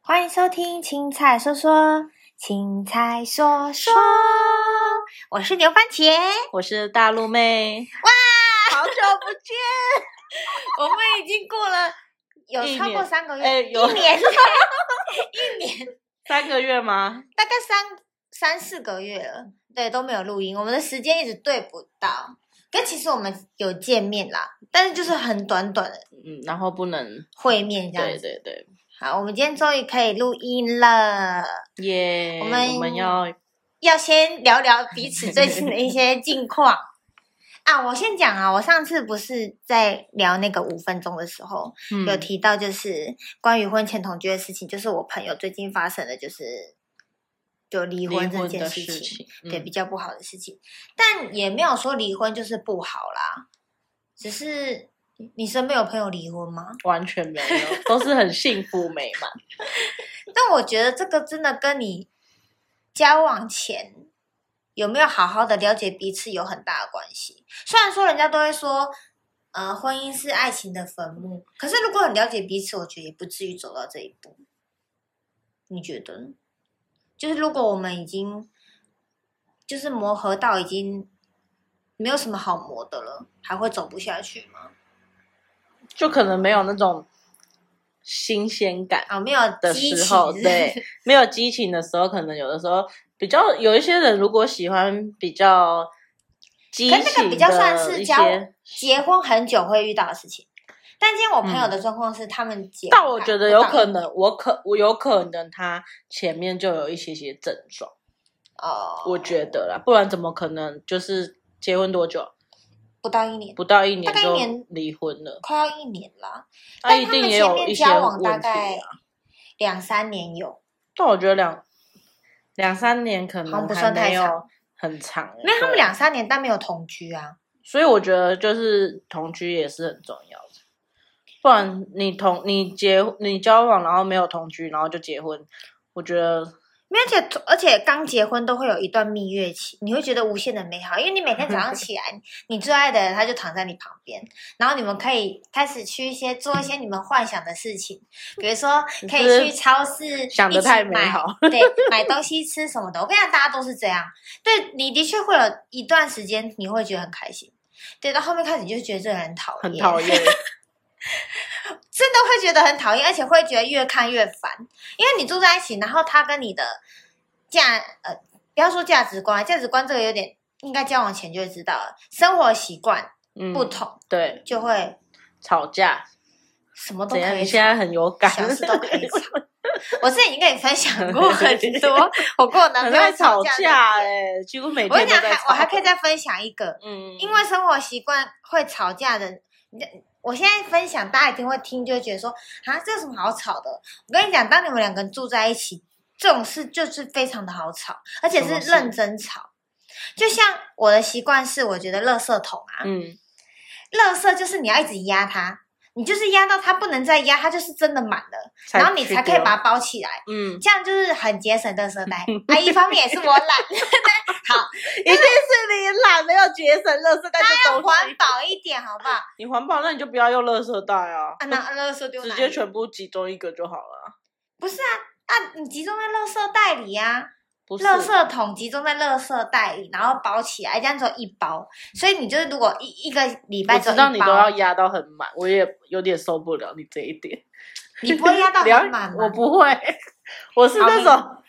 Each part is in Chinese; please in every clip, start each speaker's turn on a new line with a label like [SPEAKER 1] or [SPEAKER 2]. [SPEAKER 1] 欢迎收听《青菜说说》，青菜说说，我是牛番茄，
[SPEAKER 2] 我是大陆妹，
[SPEAKER 1] 好久不见， 我们已经过了有
[SPEAKER 2] 一
[SPEAKER 1] 超过
[SPEAKER 2] 年
[SPEAKER 1] 三个月，
[SPEAKER 2] 哎有
[SPEAKER 1] 一年， 一年，
[SPEAKER 2] 三个月吗？
[SPEAKER 1] 大概三三四个月了，对，都没有录音，我们的时间一直对不到。跟其实我们有见面啦，但是就是很短短的
[SPEAKER 2] 嗯，然后不能，
[SPEAKER 1] 会面这样
[SPEAKER 2] 对
[SPEAKER 1] 子。
[SPEAKER 2] 对对，
[SPEAKER 1] 好，我们今天终于可以录音了。
[SPEAKER 2] 耶、
[SPEAKER 1] 我
[SPEAKER 2] 我
[SPEAKER 1] 们
[SPEAKER 2] 们要
[SPEAKER 1] 要先聊聊彼此最近的一些近况啊。我先讲啊，我上次不是在聊那个五分钟的时候，
[SPEAKER 2] 嗯
[SPEAKER 1] 有提到就是关于婚前同居的事情，就是我朋友最近发生的，就是就离
[SPEAKER 2] 离
[SPEAKER 1] 婚这
[SPEAKER 2] 婚
[SPEAKER 1] 件
[SPEAKER 2] 的
[SPEAKER 1] 事情，
[SPEAKER 2] 情，
[SPEAKER 1] 对
[SPEAKER 2] 嗯
[SPEAKER 1] 比较不好的事情，但也没有说离婚就是不好啦，只是你身边有朋友离婚吗？
[SPEAKER 2] 完全没有，都是很幸福美满。
[SPEAKER 1] 但我觉得这个真的跟你交往前有没有好好的了解彼此有很大的关系。虽然说人家都会说，呃，婚姻是爱情的坟墓，可是如果很了解彼此，我觉得也不至于走到这一步。你觉得呢？就是如果我们已经就是磨合到已经没有什么好磨的了，还会走不下去吗？
[SPEAKER 2] 就可能没有那种新鲜感
[SPEAKER 1] 啊，没有
[SPEAKER 2] 的
[SPEAKER 1] 激
[SPEAKER 2] 时
[SPEAKER 1] 情
[SPEAKER 2] 候，对，没有激情的时候，可能有的时候比较有一些人如果喜欢比较激
[SPEAKER 1] 可是那个
[SPEAKER 2] 情
[SPEAKER 1] 比较算
[SPEAKER 2] 的
[SPEAKER 1] 是
[SPEAKER 2] 一
[SPEAKER 1] 交
[SPEAKER 2] 些，
[SPEAKER 1] 结婚很久会遇到的事情。但今天我朋友的状况是，他们结、
[SPEAKER 2] 嗯但我觉得有可能，我可我有可能他前面就有一些些症状，
[SPEAKER 1] 哦，
[SPEAKER 2] 我觉得啦，不然怎么可能就是结婚多久
[SPEAKER 1] 不到一年，
[SPEAKER 2] 不到一年
[SPEAKER 1] 大概一
[SPEAKER 2] 就
[SPEAKER 1] 年
[SPEAKER 2] 离婚了？
[SPEAKER 1] 快要一年了。
[SPEAKER 2] 那
[SPEAKER 1] 但
[SPEAKER 2] 一
[SPEAKER 1] 他
[SPEAKER 2] 定
[SPEAKER 1] 们
[SPEAKER 2] 也
[SPEAKER 1] 前
[SPEAKER 2] 有
[SPEAKER 1] 面
[SPEAKER 2] 一些
[SPEAKER 1] 交往大
[SPEAKER 2] 问题
[SPEAKER 1] 概
[SPEAKER 2] 啊。
[SPEAKER 1] 两三年有，
[SPEAKER 2] 但我觉得两两三年可
[SPEAKER 1] 好像
[SPEAKER 2] 能
[SPEAKER 1] 不
[SPEAKER 2] 还
[SPEAKER 1] 算太
[SPEAKER 2] 没有
[SPEAKER 1] 长
[SPEAKER 2] 很长欸，
[SPEAKER 1] 因为他们
[SPEAKER 2] 对
[SPEAKER 1] 两三年但没有同居啊。
[SPEAKER 2] 所以我觉得就是同居也是很重要的，不然你同你结你交往，然后没有同居，然后就结婚，我觉得
[SPEAKER 1] 因为而且而且刚结婚都会有一段蜜月期，你会觉得无限的美好，因为你每天早上起来，你最爱的人他就躺在你旁边，然后你们可以开始去一些做一些你们幻想的事情，比如说可
[SPEAKER 2] 你是
[SPEAKER 1] 以去超市
[SPEAKER 2] 想
[SPEAKER 1] 一
[SPEAKER 2] 的
[SPEAKER 1] 起
[SPEAKER 2] 太美
[SPEAKER 1] 买
[SPEAKER 2] 好。
[SPEAKER 1] 对，买东西吃什么的，我跟你讲，大家都是这样。对你的确会有一段时间，你会觉得很开心。对，到后面开始你就觉得这个人很讨厌，
[SPEAKER 2] 很 讨，厌。
[SPEAKER 1] 真的会觉得很讨厌，而且会觉得越看越烦。因为你住在一起，然后他跟你的价呃，不要说价值观，价值观这个有点应该交往前就会知道了，生活习惯
[SPEAKER 2] 嗯，
[SPEAKER 1] 不同、
[SPEAKER 2] 对，
[SPEAKER 1] 就会
[SPEAKER 2] 吵架
[SPEAKER 1] 什么都
[SPEAKER 2] 怎
[SPEAKER 1] 可以
[SPEAKER 2] 样？
[SPEAKER 1] 吵。
[SPEAKER 2] 你现在很有感，
[SPEAKER 1] 小事都可以吵。我之前已经跟你分享 过很 多，我跟我男
[SPEAKER 2] 很
[SPEAKER 1] 朋
[SPEAKER 2] 爱
[SPEAKER 1] 友
[SPEAKER 2] 吵
[SPEAKER 1] 架
[SPEAKER 2] 架
[SPEAKER 1] 的点。
[SPEAKER 2] 哎、几乎每
[SPEAKER 1] 我跟
[SPEAKER 2] 天
[SPEAKER 1] 你讲，
[SPEAKER 2] 都在
[SPEAKER 1] 还
[SPEAKER 2] 吵。
[SPEAKER 1] 我还可以再分享一个，
[SPEAKER 2] 嗯，
[SPEAKER 1] 因为生活习惯会吵架的。你我现在分享，大家一定会听，就会觉得说啊，这有什么好吵的？我跟你讲，当你们两个人住在一起，这种事就是非常的好吵，而且
[SPEAKER 2] 什么
[SPEAKER 1] 是
[SPEAKER 2] 事
[SPEAKER 1] 认真吵。就像我的习惯是，我觉得垃圾桶啊，
[SPEAKER 2] 嗯，
[SPEAKER 1] 垃圾就是你要一直压它，你就是压到它不能再压，它就是真的满了，然后你
[SPEAKER 2] 去
[SPEAKER 1] 才可以
[SPEAKER 2] 丢
[SPEAKER 1] 把它包起来。
[SPEAKER 2] 嗯，
[SPEAKER 1] 这样就是很节省垃 圾袋。啊，一方面也是我懒，
[SPEAKER 2] 一定是你懒，没有节省垃圾袋这东
[SPEAKER 1] 环
[SPEAKER 2] 西。
[SPEAKER 1] 保一点好不好？
[SPEAKER 2] 你环保，那你就不要用垃圾袋啊，
[SPEAKER 1] 啊，那垃圾丢哪
[SPEAKER 2] 直
[SPEAKER 1] 里
[SPEAKER 2] 接全部集中一个就好了啊。
[SPEAKER 1] 不是啊，啊，你集中在垃圾袋里呀、
[SPEAKER 2] 不是，
[SPEAKER 1] 垃圾桶集中在垃圾袋里，然后包起来，这样只有一包，所以你就是如果一一个礼拜
[SPEAKER 2] 我
[SPEAKER 1] 只有
[SPEAKER 2] 知
[SPEAKER 1] 一
[SPEAKER 2] 道你都要
[SPEAKER 1] 包，
[SPEAKER 2] 压到很满，我也有点受不了你这一点。
[SPEAKER 1] 你不会压 到
[SPEAKER 2] 你要
[SPEAKER 1] 很满啊吗？啊
[SPEAKER 2] 我不会，我是那
[SPEAKER 1] 好
[SPEAKER 2] 种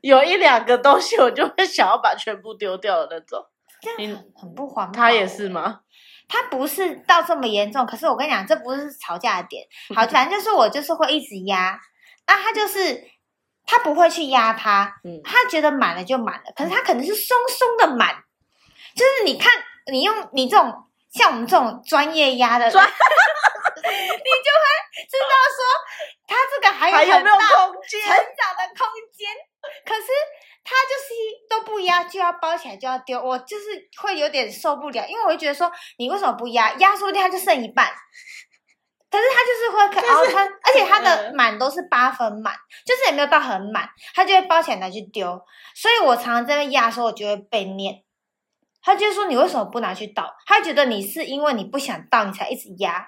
[SPEAKER 2] 有一两个东西我就会想要把全部丢掉的那种。
[SPEAKER 1] 这样很欸很不环保。
[SPEAKER 2] 他也是？吗？
[SPEAKER 1] 他不是到这么严重，可是我跟你讲，这不是吵架的 点。好，反正就是我就是会一直压，那他就是他不会去压它，
[SPEAKER 2] 嗯，
[SPEAKER 1] 他觉得满了就满了，可是他可能是松松的满，
[SPEAKER 2] 嗯
[SPEAKER 1] 就是你看你用你这种像我们这种专业压的人，
[SPEAKER 2] 专
[SPEAKER 1] 你就会知道说他这个还有
[SPEAKER 2] 还有
[SPEAKER 1] 很
[SPEAKER 2] 没有
[SPEAKER 1] 大
[SPEAKER 2] 空间？
[SPEAKER 1] 成长的空间，可是他就是一都不压就要包起来就要丢，我就是会有点受不了，因为我会觉得说你为什么不压？压说不定他就剩一半。可是他就是会，然后他，而且他的
[SPEAKER 2] 嗯
[SPEAKER 1] 满都是八分满，就是也没有到很满，他就会包起来拿去丢。所以我常常在那边压的时候，我就会被念。他就会说你为什么不拿去倒？他觉得你是因为你不想倒，你才一直压，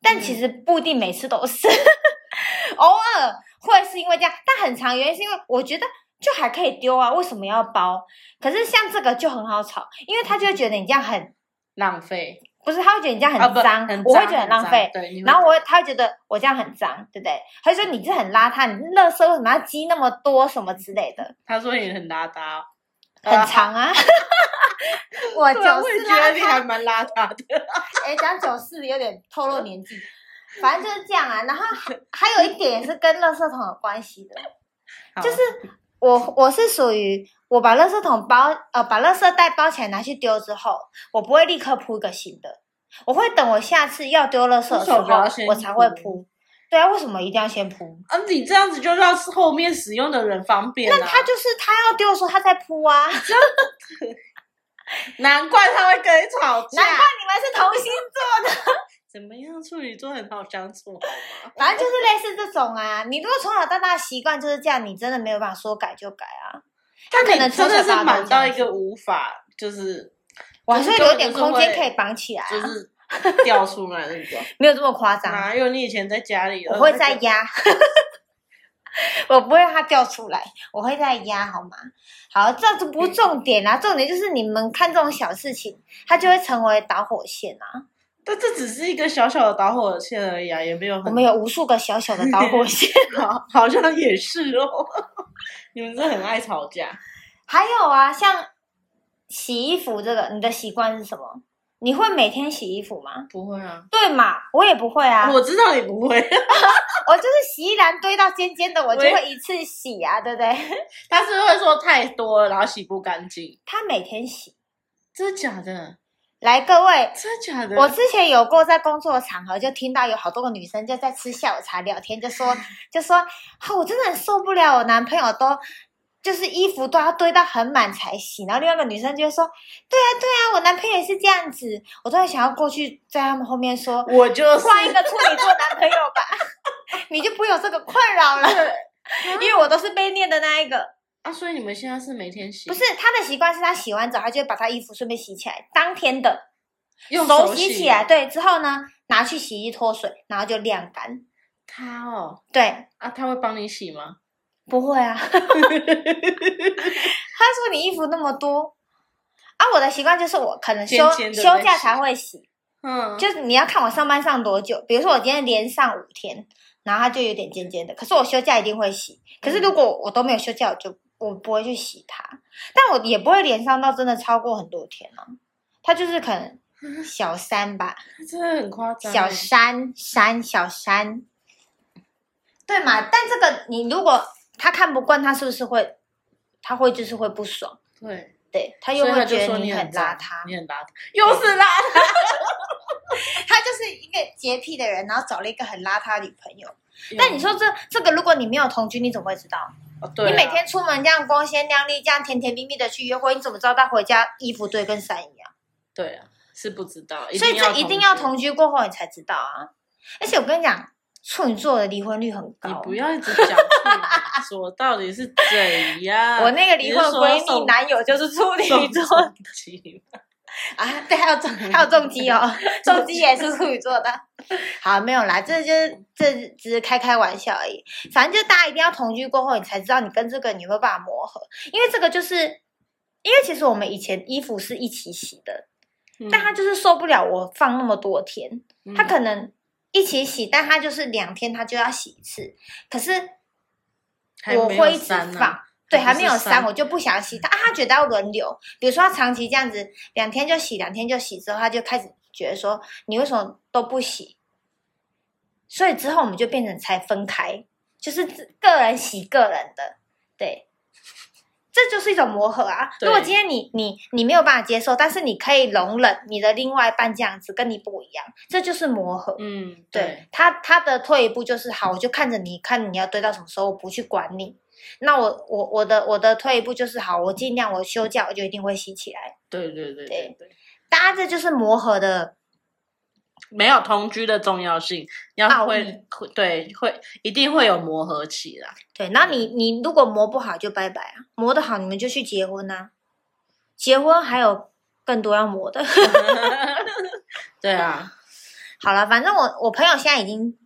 [SPEAKER 1] 但其实不一定每次都是。 偶尔会是因为这样，但很长原因是因为我觉得就还可以丢啊，为什么要包？可是像这个就很好吵，因为他就会觉得你这样很
[SPEAKER 2] 浪费，
[SPEAKER 1] 不是，他会觉得你这样
[SPEAKER 2] 啊不
[SPEAKER 1] 很脏，
[SPEAKER 2] 很
[SPEAKER 1] 我会觉得很浪
[SPEAKER 2] 脏
[SPEAKER 1] 费。
[SPEAKER 2] 对，你会
[SPEAKER 1] 然后
[SPEAKER 2] 觉
[SPEAKER 1] 我会他会觉得我这样很脏，对不对？他就说你这很邋遢，你垃圾为什么要积那么多什么之类的
[SPEAKER 2] 得，他说你很邋遢，呃
[SPEAKER 1] 很长 啊。我
[SPEAKER 2] 啊，
[SPEAKER 1] 九
[SPEAKER 2] 对啊我也
[SPEAKER 1] 四
[SPEAKER 2] 觉得
[SPEAKER 1] 邋
[SPEAKER 2] 你
[SPEAKER 1] 遢，
[SPEAKER 2] 还蛮邋遢的，
[SPEAKER 1] 哎，讲九四有点透露年纪，反正就是这样啊。然后还还有一点也是跟垃圾桶有关系的，
[SPEAKER 2] 好
[SPEAKER 1] 就是我我是属于我把垃圾桶包呃把垃圾袋包起来拿去丢之后，我不会立刻铺一个新的，我会等我下次要丢垃圾的
[SPEAKER 2] 为
[SPEAKER 1] 时
[SPEAKER 2] 什么不要
[SPEAKER 1] 候
[SPEAKER 2] 先
[SPEAKER 1] 我才会
[SPEAKER 2] 铺
[SPEAKER 1] 铺。对啊，为什么一定要先铺？
[SPEAKER 2] 啊，你这样子就让后面使用的人方便、啊。
[SPEAKER 1] 那他就是他要丢的时候他在铺啊，难怪
[SPEAKER 2] 难怪他会跟你吵架。
[SPEAKER 1] 你们是同心，
[SPEAKER 2] 怎么样，处女座很好相处？
[SPEAKER 1] 反正就是类似这种啊。你如果从小到大习惯就是这样，你真的没有办法说改就改啊。
[SPEAKER 2] 他
[SPEAKER 1] 可能
[SPEAKER 2] 真的是满到
[SPEAKER 1] 从小到大
[SPEAKER 2] 一
[SPEAKER 1] 都这
[SPEAKER 2] 个无法， 就是
[SPEAKER 1] 我还是会留点空间可以
[SPEAKER 2] 以，
[SPEAKER 1] 绑起来啊，
[SPEAKER 2] 就是啊掉出来那 种。
[SPEAKER 1] 没有这么夸张。
[SPEAKER 2] 哪有你以前在家里？
[SPEAKER 1] 我会
[SPEAKER 2] 呃
[SPEAKER 1] 再
[SPEAKER 2] 那个
[SPEAKER 1] 压，我不会让它掉出来，我会再压，好吗？好，这这不是重点啊，重点就是你们看这种小事情，它就会成为导火线啊。
[SPEAKER 2] 但这只是一个小小的导火线而已啊，也没有
[SPEAKER 1] 我
[SPEAKER 2] 很
[SPEAKER 1] 们有无数个小小的导火线。
[SPEAKER 2] 好， 好像也是哦。 你们真的很爱吵架，
[SPEAKER 1] 还有啊，像洗衣服这个，你的习惯是什么？你会每天洗衣服吗？
[SPEAKER 2] 不会啊？
[SPEAKER 1] 对嘛，我也不会啊，我
[SPEAKER 2] 我知道你不会，
[SPEAKER 1] 就是洗衣篮堆到尖尖的，我就
[SPEAKER 2] 喂
[SPEAKER 1] 会一次洗啊，对不对？
[SPEAKER 2] 他是会说太多了，然后洗不干净，
[SPEAKER 1] 他每天洗。
[SPEAKER 2] 真的假的？
[SPEAKER 1] 来，各位，
[SPEAKER 2] 真的假的？
[SPEAKER 1] 我之前有过在工作的场合就听到有好多个女生就在吃下午茶聊天，就说就说，哦，我真的很受不了，我男朋友都就是衣服都要堆到很满才洗。然后另外一个女生就会说，对啊对啊，我男朋友也是这样子。我都很想要过去在他们后面 说，
[SPEAKER 2] 我就是
[SPEAKER 1] 换一个处女座男朋友吧， 你就不会有这个困扰了。 因为我都是被念的那一个，
[SPEAKER 2] 啊，所以你们现在是每天洗，
[SPEAKER 1] 不是他的习惯是他洗完澡，他就会把他衣服顺便洗起来，当天的
[SPEAKER 2] 用
[SPEAKER 1] 手
[SPEAKER 2] 洗
[SPEAKER 1] 洗起来，？对，之后呢拿去洗衣脱水，然后就晾干。
[SPEAKER 2] 他哦，
[SPEAKER 1] 对，
[SPEAKER 2] 啊，他会帮你洗吗？
[SPEAKER 1] 不会啊， 他说你衣服那么多啊，我的习惯就是我可能休
[SPEAKER 2] 尖尖的在
[SPEAKER 1] 休假才会洗，
[SPEAKER 2] 嗯，
[SPEAKER 1] 就是你要看我上班上多久，比如说我今天连上五天，然后它就有点尖尖的，可是我休假一定会洗，可
[SPEAKER 2] 嗯
[SPEAKER 1] 是如果我都没有休假，我就我不会去洗它，但我也不会连上到真的超过很多天啊，它就是可能 小三吧。
[SPEAKER 2] 他真的很夸张欸，
[SPEAKER 1] 小山山小山，对嘛？但这个你如果他看不惯，他是不是会，他会就是会不爽？
[SPEAKER 2] 对，
[SPEAKER 1] 对他又
[SPEAKER 2] 所以
[SPEAKER 1] 会
[SPEAKER 2] 他就
[SPEAKER 1] 觉
[SPEAKER 2] 说
[SPEAKER 1] 得你
[SPEAKER 2] 很
[SPEAKER 1] 邋
[SPEAKER 2] 脏
[SPEAKER 1] 遢，
[SPEAKER 2] 你很邋遢， 又是邋遢，
[SPEAKER 1] 他就是一个洁癖的人，然后找了一个很邋遢的女朋友。但你说这这个，如果你没有同居，你怎么会知道？
[SPEAKER 2] 哦，对啊，
[SPEAKER 1] 你每天出门这样光鲜亮丽，这样甜甜蜜蜜的去约会，你怎么知道他回家衣服堆跟山一样？
[SPEAKER 2] 对啊，是不知道，
[SPEAKER 1] 所以这一定要
[SPEAKER 2] 同
[SPEAKER 1] 同居过后你才知道啊！而且我跟你讲，处女座的离婚率很
[SPEAKER 2] 居，
[SPEAKER 1] 高。
[SPEAKER 2] 你不要一直讲处女座到底是怎样，
[SPEAKER 1] 我那个离婚闺蜜男友就是处
[SPEAKER 2] 你
[SPEAKER 1] 女
[SPEAKER 2] 是说
[SPEAKER 1] 座
[SPEAKER 2] 送重击吗
[SPEAKER 1] 啊，对，还有 重还有重击哦，重击也是处女座的。好，没有啦，这就是这只是开开玩笑而已。反正就大家一定要同居过后，你才知道你跟这个人有没有办法磨合，因为这个就是因为其实我们以前衣服是一起洗的，
[SPEAKER 2] 嗯
[SPEAKER 1] 但他就是受不了我放那么多天，
[SPEAKER 2] 嗯
[SPEAKER 1] 他可能一起洗，但他就是两天他就要洗一次，可是
[SPEAKER 2] 还
[SPEAKER 1] 我
[SPEAKER 2] 没有
[SPEAKER 1] 会一直
[SPEAKER 2] 删啊
[SPEAKER 1] 放。对，还没有
[SPEAKER 2] 删
[SPEAKER 1] 删，我就不想洗它。啊，他觉得要轮流，比如说他长期这样子，两天就洗，两天就洗，之后他就开始觉得说，你为什么都不洗？所以之后我们就变成才分开，就是自个人洗个人的，对，这就是一种磨合啊。如
[SPEAKER 2] 对
[SPEAKER 1] 果今天你你你没有办法接受，但是你可以容忍你的另外一半这样子跟你不一样，这就是磨合。
[SPEAKER 2] 嗯，
[SPEAKER 1] 对
[SPEAKER 2] 对，
[SPEAKER 1] 他他的退一步就是好，我就看着你看你要堆到什么时候，我不去管你。那我我我的我的退一步就是好，我尽量我休假我就一定会洗起来。
[SPEAKER 2] 对对对对
[SPEAKER 1] 对
[SPEAKER 2] 对，
[SPEAKER 1] 大家这就是磨合的，
[SPEAKER 2] 没有同居的重要性，要
[SPEAKER 1] 奥
[SPEAKER 2] 会
[SPEAKER 1] 义
[SPEAKER 2] 会对会一定会有磨合期啦。
[SPEAKER 1] 对。那你你如果磨不好就拜拜啊，磨得好你们就去结婚啊。结婚还有更多要磨的。
[SPEAKER 2] 对啊，啊
[SPEAKER 1] 好了，反正我我朋友现在已经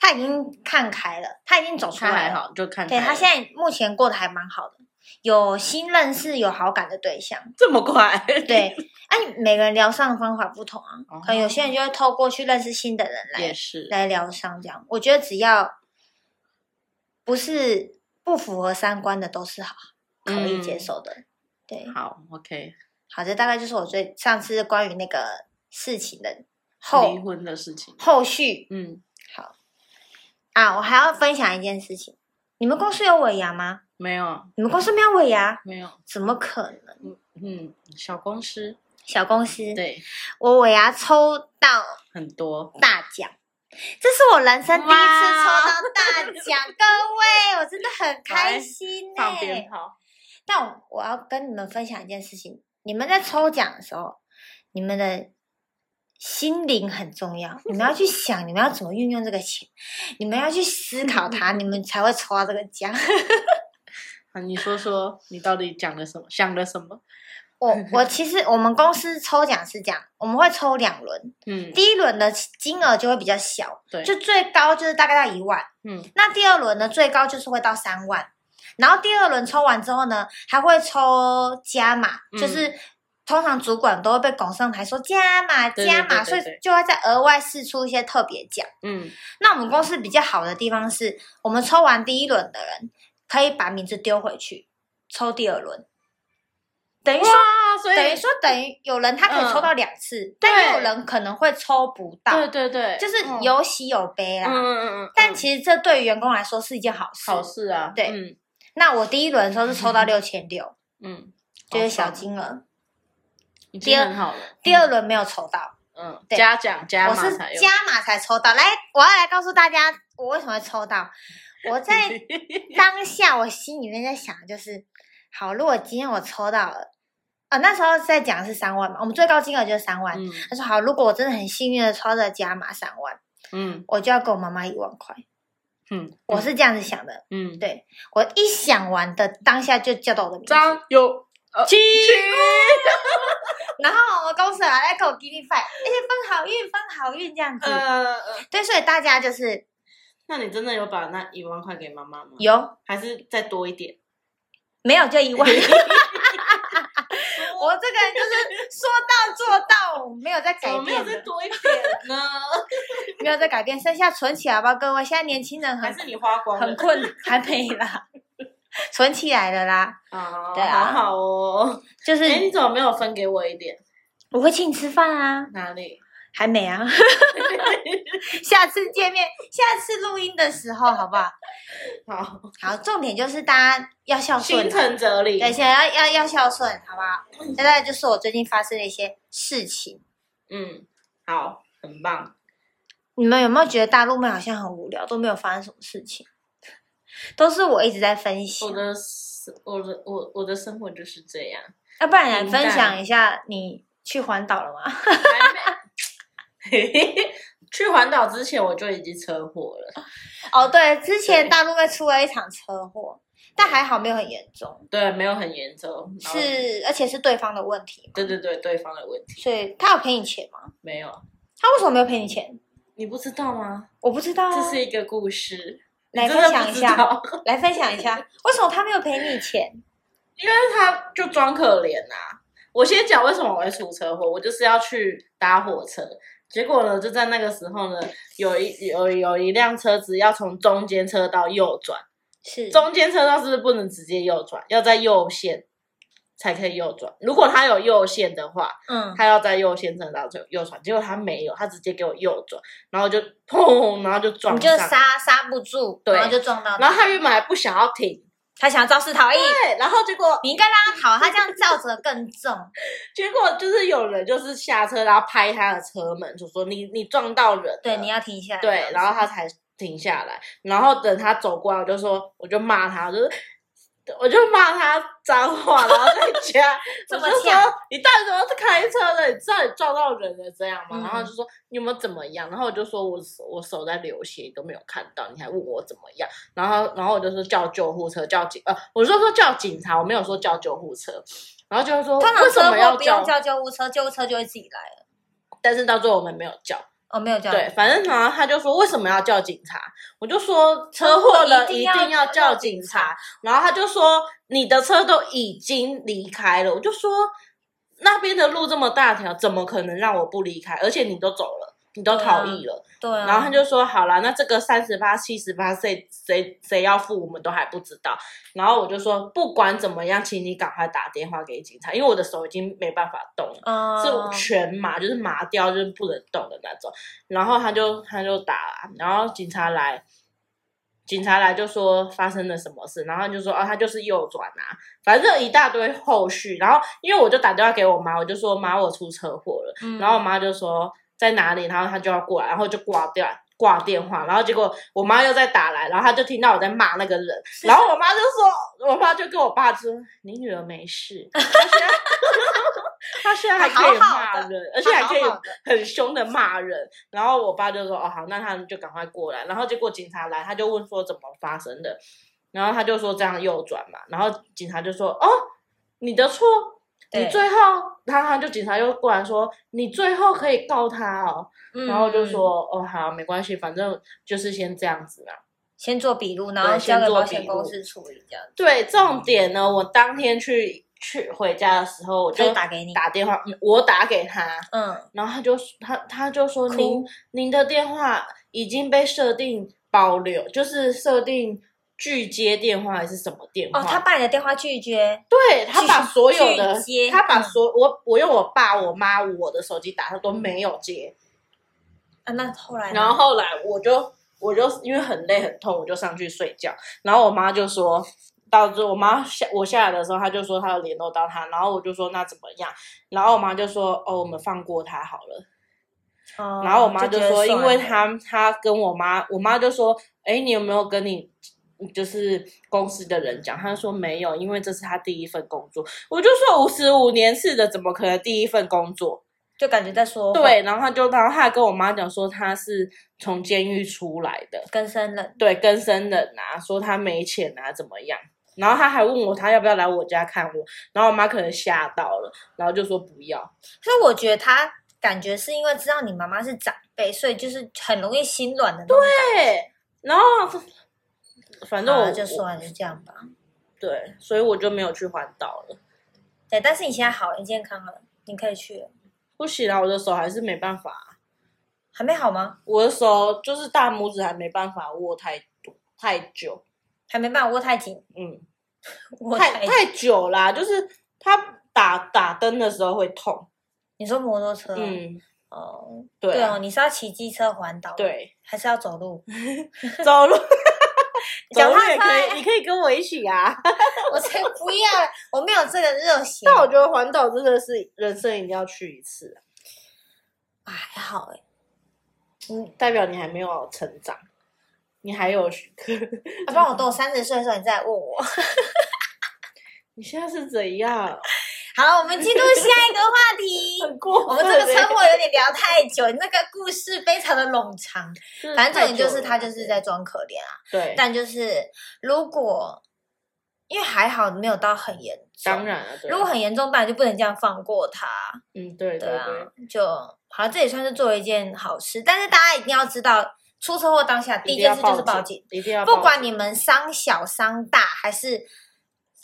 [SPEAKER 1] 他已经看开了，他已经走出
[SPEAKER 2] 他
[SPEAKER 1] 来
[SPEAKER 2] 还
[SPEAKER 1] 了。
[SPEAKER 2] 好，就看
[SPEAKER 1] 嗯对
[SPEAKER 2] 开
[SPEAKER 1] 他
[SPEAKER 2] 了
[SPEAKER 1] 现在目前过得还蛮好的，有新认识、有好感的对象。
[SPEAKER 2] 这么快，
[SPEAKER 1] 对，啊，你每个人疗伤的方法不同啊，
[SPEAKER 2] 哦
[SPEAKER 1] 可能有些人就会透过去认识新的人来
[SPEAKER 2] 也是，
[SPEAKER 1] 来疗伤，这样。我觉得只要不是不符合三观的，都是好可以接
[SPEAKER 2] 嗯
[SPEAKER 1] 受的。对，
[SPEAKER 2] 好，OK，
[SPEAKER 1] 好，这大概就是我最上次关于那个事情的
[SPEAKER 2] 离
[SPEAKER 1] 后
[SPEAKER 2] 婚的事情，
[SPEAKER 1] 后续。
[SPEAKER 2] 嗯，
[SPEAKER 1] 好啊，我还要分享一件事情，你们公司有尾牙吗？
[SPEAKER 2] 没有啊，
[SPEAKER 1] 你们公司没有尾牙？
[SPEAKER 2] 没有，
[SPEAKER 1] 怎么可能？
[SPEAKER 2] 嗯，小公司，
[SPEAKER 1] 小公司，
[SPEAKER 2] 对，
[SPEAKER 1] 我尾牙抽到
[SPEAKER 2] 很多，
[SPEAKER 1] 大奖，这是我人生第一次抽
[SPEAKER 2] 哇
[SPEAKER 1] 到大奖，各位，我真的很开心呢、
[SPEAKER 2] 放鞭 炮，
[SPEAKER 1] 但我我要跟你们分享一件事情：你们在抽奖的时候，你们的心灵很重要， 你们要去想你们要怎么运用这个钱，你们要去思考 它，你们才会抽到这个奖。
[SPEAKER 2] 啊，你说说，你到底讲了什么？想了什么？
[SPEAKER 1] 我我其实我们公司抽奖是这样，我们会抽两轮，
[SPEAKER 2] 嗯，
[SPEAKER 1] 第一轮的金额就会比较小，
[SPEAKER 2] 对，
[SPEAKER 1] 就最高就是大概到一万。
[SPEAKER 2] 嗯，
[SPEAKER 1] 那第二轮呢，最高就是会到三万。然后第二轮抽完之后呢，还会抽加码，
[SPEAKER 2] 嗯
[SPEAKER 1] 就是通常主管都会被拱上台说加码
[SPEAKER 2] 对对
[SPEAKER 1] 加码，
[SPEAKER 2] 对对
[SPEAKER 1] 所以
[SPEAKER 2] 对
[SPEAKER 1] 就会再额外试出一些特别奖。
[SPEAKER 2] 嗯，
[SPEAKER 1] 那我们公司比较好的地方是，我们抽完第一轮的人可以把名字丢回去抽第二轮，等于说。
[SPEAKER 2] 哇，所以嗯
[SPEAKER 1] 等于说，等于有人他可以抽到两次，但也有人可能会抽不到，
[SPEAKER 2] 对对对，
[SPEAKER 1] 就是
[SPEAKER 2] 嗯，
[SPEAKER 1] 有喜有悲啦。
[SPEAKER 2] 嗯嗯嗯嗯，
[SPEAKER 1] 但
[SPEAKER 2] 嗯
[SPEAKER 1] 其实这对于员工来说是一件好事。
[SPEAKER 2] 好事啊，
[SPEAKER 1] 对
[SPEAKER 2] 嗯
[SPEAKER 1] 那我第一轮的时候是抽到六千六，
[SPEAKER 2] 嗯，
[SPEAKER 1] 就是小
[SPEAKER 2] 好棒，
[SPEAKER 1] 金额。
[SPEAKER 2] 已
[SPEAKER 1] 第
[SPEAKER 2] 经
[SPEAKER 1] 二
[SPEAKER 2] 很好了，
[SPEAKER 1] 第二轮没有抽到，
[SPEAKER 2] 嗯，
[SPEAKER 1] 对
[SPEAKER 2] 嘉奖加
[SPEAKER 1] 我
[SPEAKER 2] 码
[SPEAKER 1] 是
[SPEAKER 2] 才有，
[SPEAKER 1] 加码才抽到。来，我要来告诉大家我为什么会抽到。我 在当下我心里面在想，就是好，如果今天我抽到了，啊、那时候在讲是三万嘛，我们最高金额就是三万。
[SPEAKER 2] 嗯
[SPEAKER 1] 他说好，如果我真的很幸运的抽到加码三万，
[SPEAKER 2] 嗯
[SPEAKER 1] 我就要给我妈妈一万块。
[SPEAKER 2] 嗯，
[SPEAKER 1] 我是这样子想的，
[SPEAKER 2] 嗯，
[SPEAKER 1] 对我一想完的当下就叫到我的名字。
[SPEAKER 2] 张有
[SPEAKER 1] 呃
[SPEAKER 2] 七，
[SPEAKER 1] 然后我们公司还来给我 give me five，而且分好运，分好运这样子。
[SPEAKER 2] 呃，呃
[SPEAKER 1] 对，所以大家就是
[SPEAKER 2] 那你真的有把那一万块给妈妈吗？，
[SPEAKER 1] 有
[SPEAKER 2] 还是再多一点？
[SPEAKER 1] 没有就一万。我 这个人就是说到做到，我没有在
[SPEAKER 2] 怎
[SPEAKER 1] 改
[SPEAKER 2] 么没有
[SPEAKER 1] 变的
[SPEAKER 2] 再多一点呢？
[SPEAKER 1] 没有在改变，剩下存起来吧，各位。现在年轻人
[SPEAKER 2] 还
[SPEAKER 1] 很
[SPEAKER 2] 是你花光
[SPEAKER 1] 很
[SPEAKER 2] 了？
[SPEAKER 1] 困难，还没啦，存起来了啦。
[SPEAKER 2] 啊
[SPEAKER 1] 对啊
[SPEAKER 2] 好好哦。
[SPEAKER 1] 就是
[SPEAKER 2] 哎，你怎么没有分给我一点？
[SPEAKER 1] 我会请你吃饭啊，
[SPEAKER 2] 哪里？
[SPEAKER 1] 还没啊。下次见面，下次录音的时候好不好？
[SPEAKER 2] 好，
[SPEAKER 1] 好，重点就是大家要孝顺
[SPEAKER 2] 心
[SPEAKER 1] 啊。
[SPEAKER 2] 诚则灵。
[SPEAKER 1] 对，现在要要要孝顺，好不好？这大概就是我最近发生的一些事情。
[SPEAKER 2] 嗯，好，很棒。
[SPEAKER 1] 你们有没有觉得大陆妹好像很无聊，都没有发生什么事情？都是我一直在分析
[SPEAKER 2] 我，的生我的我我的生活就是这样，
[SPEAKER 1] 要不然你来
[SPEAKER 2] 明
[SPEAKER 1] 分
[SPEAKER 2] 白
[SPEAKER 1] 享一下你去环岛了吗？
[SPEAKER 2] 还没去环岛之前我就已经车祸了，
[SPEAKER 1] 哦，对，之前
[SPEAKER 2] 对
[SPEAKER 1] 大陆妹出了一场车祸，但还好没有很严重，
[SPEAKER 2] 对，没有很严重。然后，
[SPEAKER 1] 是而且是对方的问题嘛，
[SPEAKER 2] 对对对，对方的问题
[SPEAKER 1] 所以他有赔你钱吗？
[SPEAKER 2] 没有，
[SPEAKER 1] 他为什么没有赔你钱？
[SPEAKER 2] 你不知道吗？
[SPEAKER 1] 我不知道、啊，
[SPEAKER 2] 这是一个故事，
[SPEAKER 1] 来
[SPEAKER 2] 你
[SPEAKER 1] 分
[SPEAKER 2] 真的
[SPEAKER 1] 享
[SPEAKER 2] 不
[SPEAKER 1] 一
[SPEAKER 2] 知
[SPEAKER 1] 下，
[SPEAKER 2] 道，
[SPEAKER 1] 来分享一 下，为什么他没有赔你钱？
[SPEAKER 2] 因为他就装可怜呐、我先讲为什么我会出车祸，我就是要去搭火车，结果呢，就在那个时候呢，有一有有一辆车子要从中间车道右转，
[SPEAKER 1] 是
[SPEAKER 2] 中间车道是不是不能直接右转，要在右线才可以右转？如果他有右线的话，
[SPEAKER 1] 嗯，
[SPEAKER 2] 他要在右线车道右右转，结果他没有，他直接给我右转，然后就砰，然后就
[SPEAKER 1] 你
[SPEAKER 2] 撞
[SPEAKER 1] 就
[SPEAKER 2] 上，
[SPEAKER 1] 刹刹不住，
[SPEAKER 2] 对
[SPEAKER 1] 然后就撞到他，
[SPEAKER 2] 然后他原本还不想要停，
[SPEAKER 1] 他想要肇事逃逸，
[SPEAKER 2] 对，啊然后结果
[SPEAKER 1] 你应该让他逃，他这样照着更 重。
[SPEAKER 2] 结果就是有人就是下车，然后拍他的车门，就说你你撞到人了，
[SPEAKER 1] 对，你要停下来。
[SPEAKER 2] 对，然后他才停下来，然后等他走过来，我就说我就骂他，我就是。我就骂他脏话，然后在家我
[SPEAKER 1] 这
[SPEAKER 2] 就
[SPEAKER 1] 么
[SPEAKER 2] 说
[SPEAKER 1] 呛
[SPEAKER 2] 你到底怎么开车的？你知道你撞到人了这样吗？
[SPEAKER 1] 嗯
[SPEAKER 2] 然后就说你有没有怎么样？然后我就说我手我手在流血，你都没有看到，你还问我怎么样？然后然后我就说叫救护车，叫警呃，我就说叫警察，我没有说叫救护车。然后就说
[SPEAKER 1] 通常
[SPEAKER 2] 为什
[SPEAKER 1] 车
[SPEAKER 2] 么要
[SPEAKER 1] 祸不
[SPEAKER 2] 叫
[SPEAKER 1] 用叫救护车，救护车就会自己来了。
[SPEAKER 2] 但是到最后我们没有叫，
[SPEAKER 1] 哦，没有叫
[SPEAKER 2] 对，反正然后他就说为什么要叫警察？我就说车祸了
[SPEAKER 1] 哦一
[SPEAKER 2] 一
[SPEAKER 1] 定要
[SPEAKER 2] 定要叫警察。然后他就说你的车都已经离开了，我就说那边的路这么大条，怎么可能让我不离开？而且你都走了，你都
[SPEAKER 1] 对啊
[SPEAKER 2] 逃逸了。
[SPEAKER 1] 对啊，
[SPEAKER 2] 然后他就说好啦，那这个三十八、七十八谁谁谁要付，我们都还不知道。然后我就说不管怎么样，请你赶快打电话给警察，因为我的手已经没办法动了。
[SPEAKER 1] 嗯，
[SPEAKER 2] 是全麻，就是麻掉，就是不能动的那种。然后他就他就打了，然后警察来，警察来就说发生了什么事，然后就说哦，他就是右转啊，反正一大堆后续。然后因为我就打电话给我妈，我就说妈，我出车祸了。
[SPEAKER 1] 嗯
[SPEAKER 2] 然后我妈就说在哪里，然后她就要过来，然后就挂掉挂电话，然后结果我妈又在打来，然后她就听到我在骂那个人，然后我妈就说，我妈就跟我爸说，你女儿没事，她现在 她现在还可以
[SPEAKER 1] 好好
[SPEAKER 2] 骂
[SPEAKER 1] 的
[SPEAKER 2] 人，而且还可以
[SPEAKER 1] 好好的
[SPEAKER 2] 很凶的骂人，然后我爸就说，哦好，那他们就赶快过来，然后结果警察来，他就问说怎么发生的，然后他就说这样右转嘛，然后警察就说，哦，你的错，你
[SPEAKER 1] 对
[SPEAKER 2] 最后，然后他就警察又过来说，你最后可以告他哦，
[SPEAKER 1] 嗯
[SPEAKER 2] 然后我就说，哦好，没关系，反正就是先这样子嘛。
[SPEAKER 1] 先做笔录，然后交
[SPEAKER 2] 对先
[SPEAKER 1] 给
[SPEAKER 2] 做
[SPEAKER 1] 保险
[SPEAKER 2] 笔
[SPEAKER 1] 公
[SPEAKER 2] 录
[SPEAKER 1] 司处理，这样
[SPEAKER 2] 对，重点呢，我当天去去回家的时候，我
[SPEAKER 1] 我
[SPEAKER 2] 就
[SPEAKER 1] 打给你，
[SPEAKER 2] 打电话，嗯我打给他，
[SPEAKER 1] 嗯，
[SPEAKER 2] 然后他就他他就说
[SPEAKER 1] 哭
[SPEAKER 2] 您您的电话已经被设定保留，就是设定拒接电话还是什么电话？
[SPEAKER 1] 哦，他把你的电话拒绝，
[SPEAKER 2] 对他把所有的
[SPEAKER 1] 拒接
[SPEAKER 2] 他把
[SPEAKER 1] 嗯
[SPEAKER 2] 所我我用我爸我妈我的手机打，他都没有接。
[SPEAKER 1] 啊，那后来呢
[SPEAKER 2] 然后后来我就我就因为很累很痛，我就上去睡觉。然后我妈就说，到最后我妈下我下来的时候，她就说她有联络到他，然后我就说那怎么样？然后我妈就说哦，我们放过他好了。
[SPEAKER 1] 哦
[SPEAKER 2] 然后我妈
[SPEAKER 1] 觉
[SPEAKER 2] 就
[SPEAKER 1] 得
[SPEAKER 2] 说，因
[SPEAKER 1] 算
[SPEAKER 2] 为
[SPEAKER 1] 了
[SPEAKER 2] 她她跟我妈，我妈就说，哎，你有没有跟你就是公司的人讲？她说没有，因为这是她第一份工作。我就说五十五年次的，怎么可能第一份工作？
[SPEAKER 1] 就感觉在说谎
[SPEAKER 2] 对，然后她就，然后她还跟我妈讲说，她是从监狱出来的，
[SPEAKER 1] 更生人，
[SPEAKER 2] 对，跟生人啊，说她没钱啊，怎么样？然后她还问我，她要不要来我家看我？然后我妈可能吓到了，然后就说不要。
[SPEAKER 1] 所以我觉得他感觉是因为知道你妈妈是长辈，所以就是很容易心软的那种感觉。
[SPEAKER 2] 对，然后反正
[SPEAKER 1] 好啊
[SPEAKER 2] 我、
[SPEAKER 1] 了就算了，就这样吧。
[SPEAKER 2] 对，所以我就没有去环岛了。
[SPEAKER 1] 对，但是你现在好了，你健康了，你可以去了。
[SPEAKER 2] 不行啊，我的手还是没办法，
[SPEAKER 1] 还没好吗？
[SPEAKER 2] 我的手就是大拇指还没办法握太多太久，
[SPEAKER 1] 还没办法握太紧，
[SPEAKER 2] 嗯，
[SPEAKER 1] 握
[SPEAKER 2] 太
[SPEAKER 1] 紧。
[SPEAKER 2] 太久啦，就是它打打灯的时候会痛，
[SPEAKER 1] 你说摩托车？，啊
[SPEAKER 2] 嗯，
[SPEAKER 1] 哦，
[SPEAKER 2] 对
[SPEAKER 1] 对
[SPEAKER 2] 啊
[SPEAKER 1] 哦，你是要骑机车环岛？，
[SPEAKER 2] 对，
[SPEAKER 1] 还是要走路？
[SPEAKER 2] 走路
[SPEAKER 1] 脚
[SPEAKER 2] 走路
[SPEAKER 1] 踏
[SPEAKER 2] 也可
[SPEAKER 1] 车
[SPEAKER 2] 以，你可以跟我一起 啊。
[SPEAKER 1] 我才不要，我没有这个热血。
[SPEAKER 2] 但我觉得环岛真的是人生一定要去一次，
[SPEAKER 1] 还好哎，嗯，
[SPEAKER 2] 代表你还没有成长，你还有可，
[SPEAKER 1] 啊要不然我等我三十岁的时候你再来问我。
[SPEAKER 2] 你现在是怎样？
[SPEAKER 1] 好，我们进入下一个话 题。
[SPEAKER 2] 很过
[SPEAKER 1] 我
[SPEAKER 2] 分
[SPEAKER 1] 们这个
[SPEAKER 2] 欸
[SPEAKER 1] 车祸有点聊太久，那个故事非常的冗长。
[SPEAKER 2] 真的
[SPEAKER 1] 反正
[SPEAKER 2] 太
[SPEAKER 1] 重点就
[SPEAKER 2] 久
[SPEAKER 1] 是
[SPEAKER 2] 了
[SPEAKER 1] 他就是在装可怜啊，
[SPEAKER 2] 对，
[SPEAKER 1] 但就是如果因为还好没有到很严重，
[SPEAKER 2] 当然了，啊对
[SPEAKER 1] 如果很严重，当然就不能这样放过他。
[SPEAKER 2] 嗯，
[SPEAKER 1] 对
[SPEAKER 2] 对对
[SPEAKER 1] 啊
[SPEAKER 2] 对，，
[SPEAKER 1] 就好，这也算是做了一件好事。但是大家一定要知道，出车祸当下第
[SPEAKER 2] 一
[SPEAKER 1] 一
[SPEAKER 2] 定要
[SPEAKER 1] 件事就是
[SPEAKER 2] 报
[SPEAKER 1] 报警，，
[SPEAKER 2] 一定要报
[SPEAKER 1] 不管你们伤小伤大还是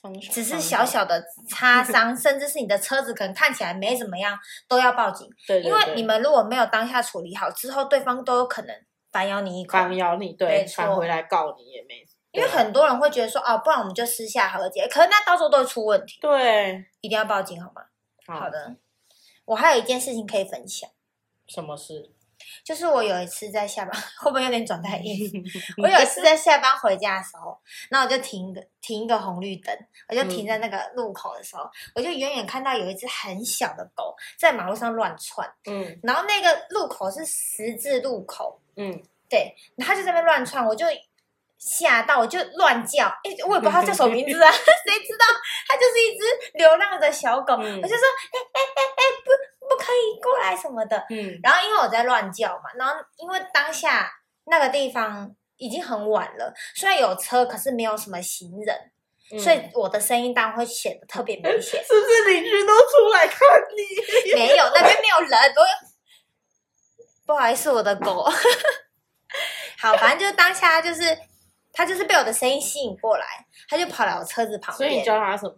[SPEAKER 2] 警
[SPEAKER 1] 只是小，小的 擦伤，甚至是你的车子可能看起来没怎么样，都要报警。
[SPEAKER 2] 对，对
[SPEAKER 1] 因为
[SPEAKER 2] 对
[SPEAKER 1] 你们如果没有当下处理好，之后对方都有可能反咬你一口。
[SPEAKER 2] 反咬你，
[SPEAKER 1] 没
[SPEAKER 2] 对，
[SPEAKER 1] 错
[SPEAKER 2] 反回来告你也没，
[SPEAKER 1] 因为很多人会觉得说，哦，不然我们就私下和解，可是那到时候都会出问题，
[SPEAKER 2] 对，
[SPEAKER 1] 一定要报警好吗？好
[SPEAKER 2] 好
[SPEAKER 1] 的，我还有一件事情可以分享，
[SPEAKER 2] 什么事？
[SPEAKER 1] 就是我有一次在下班， 会不会有点转太 硬？我有一次在下班回家的时候，那我就停一个停一个红绿灯，我就停在那个路口的时候，我就远远看到有一只很小的狗在马路上乱窜，
[SPEAKER 2] 嗯
[SPEAKER 1] 然后那个路口是十字路口，
[SPEAKER 2] 嗯，
[SPEAKER 1] 对，然后他就在那边乱窜，我就吓到，我就乱叫，哎、我也不知道它叫什么名字啊， 谁知道它就是一只流浪的小狗，
[SPEAKER 2] 嗯
[SPEAKER 1] 我就说，哎哎哎哎，不不可以过来什么的。
[SPEAKER 2] 嗯
[SPEAKER 1] 然后因为我在乱叫嘛，然后因为当下那个地方已经很晚了，虽然有车，可是没有什么行人，
[SPEAKER 2] 嗯，
[SPEAKER 1] 所以我的声音当然会显得特别明显。
[SPEAKER 2] 是不是邻居都出来看你？
[SPEAKER 1] 没有，那边没有人，我不好意思，我的狗。 好，反正就是当下就是他就是被我的声音吸引过来，他就跑来我车子旁
[SPEAKER 2] 所以你嗯
[SPEAKER 1] 边，
[SPEAKER 2] 教他什么？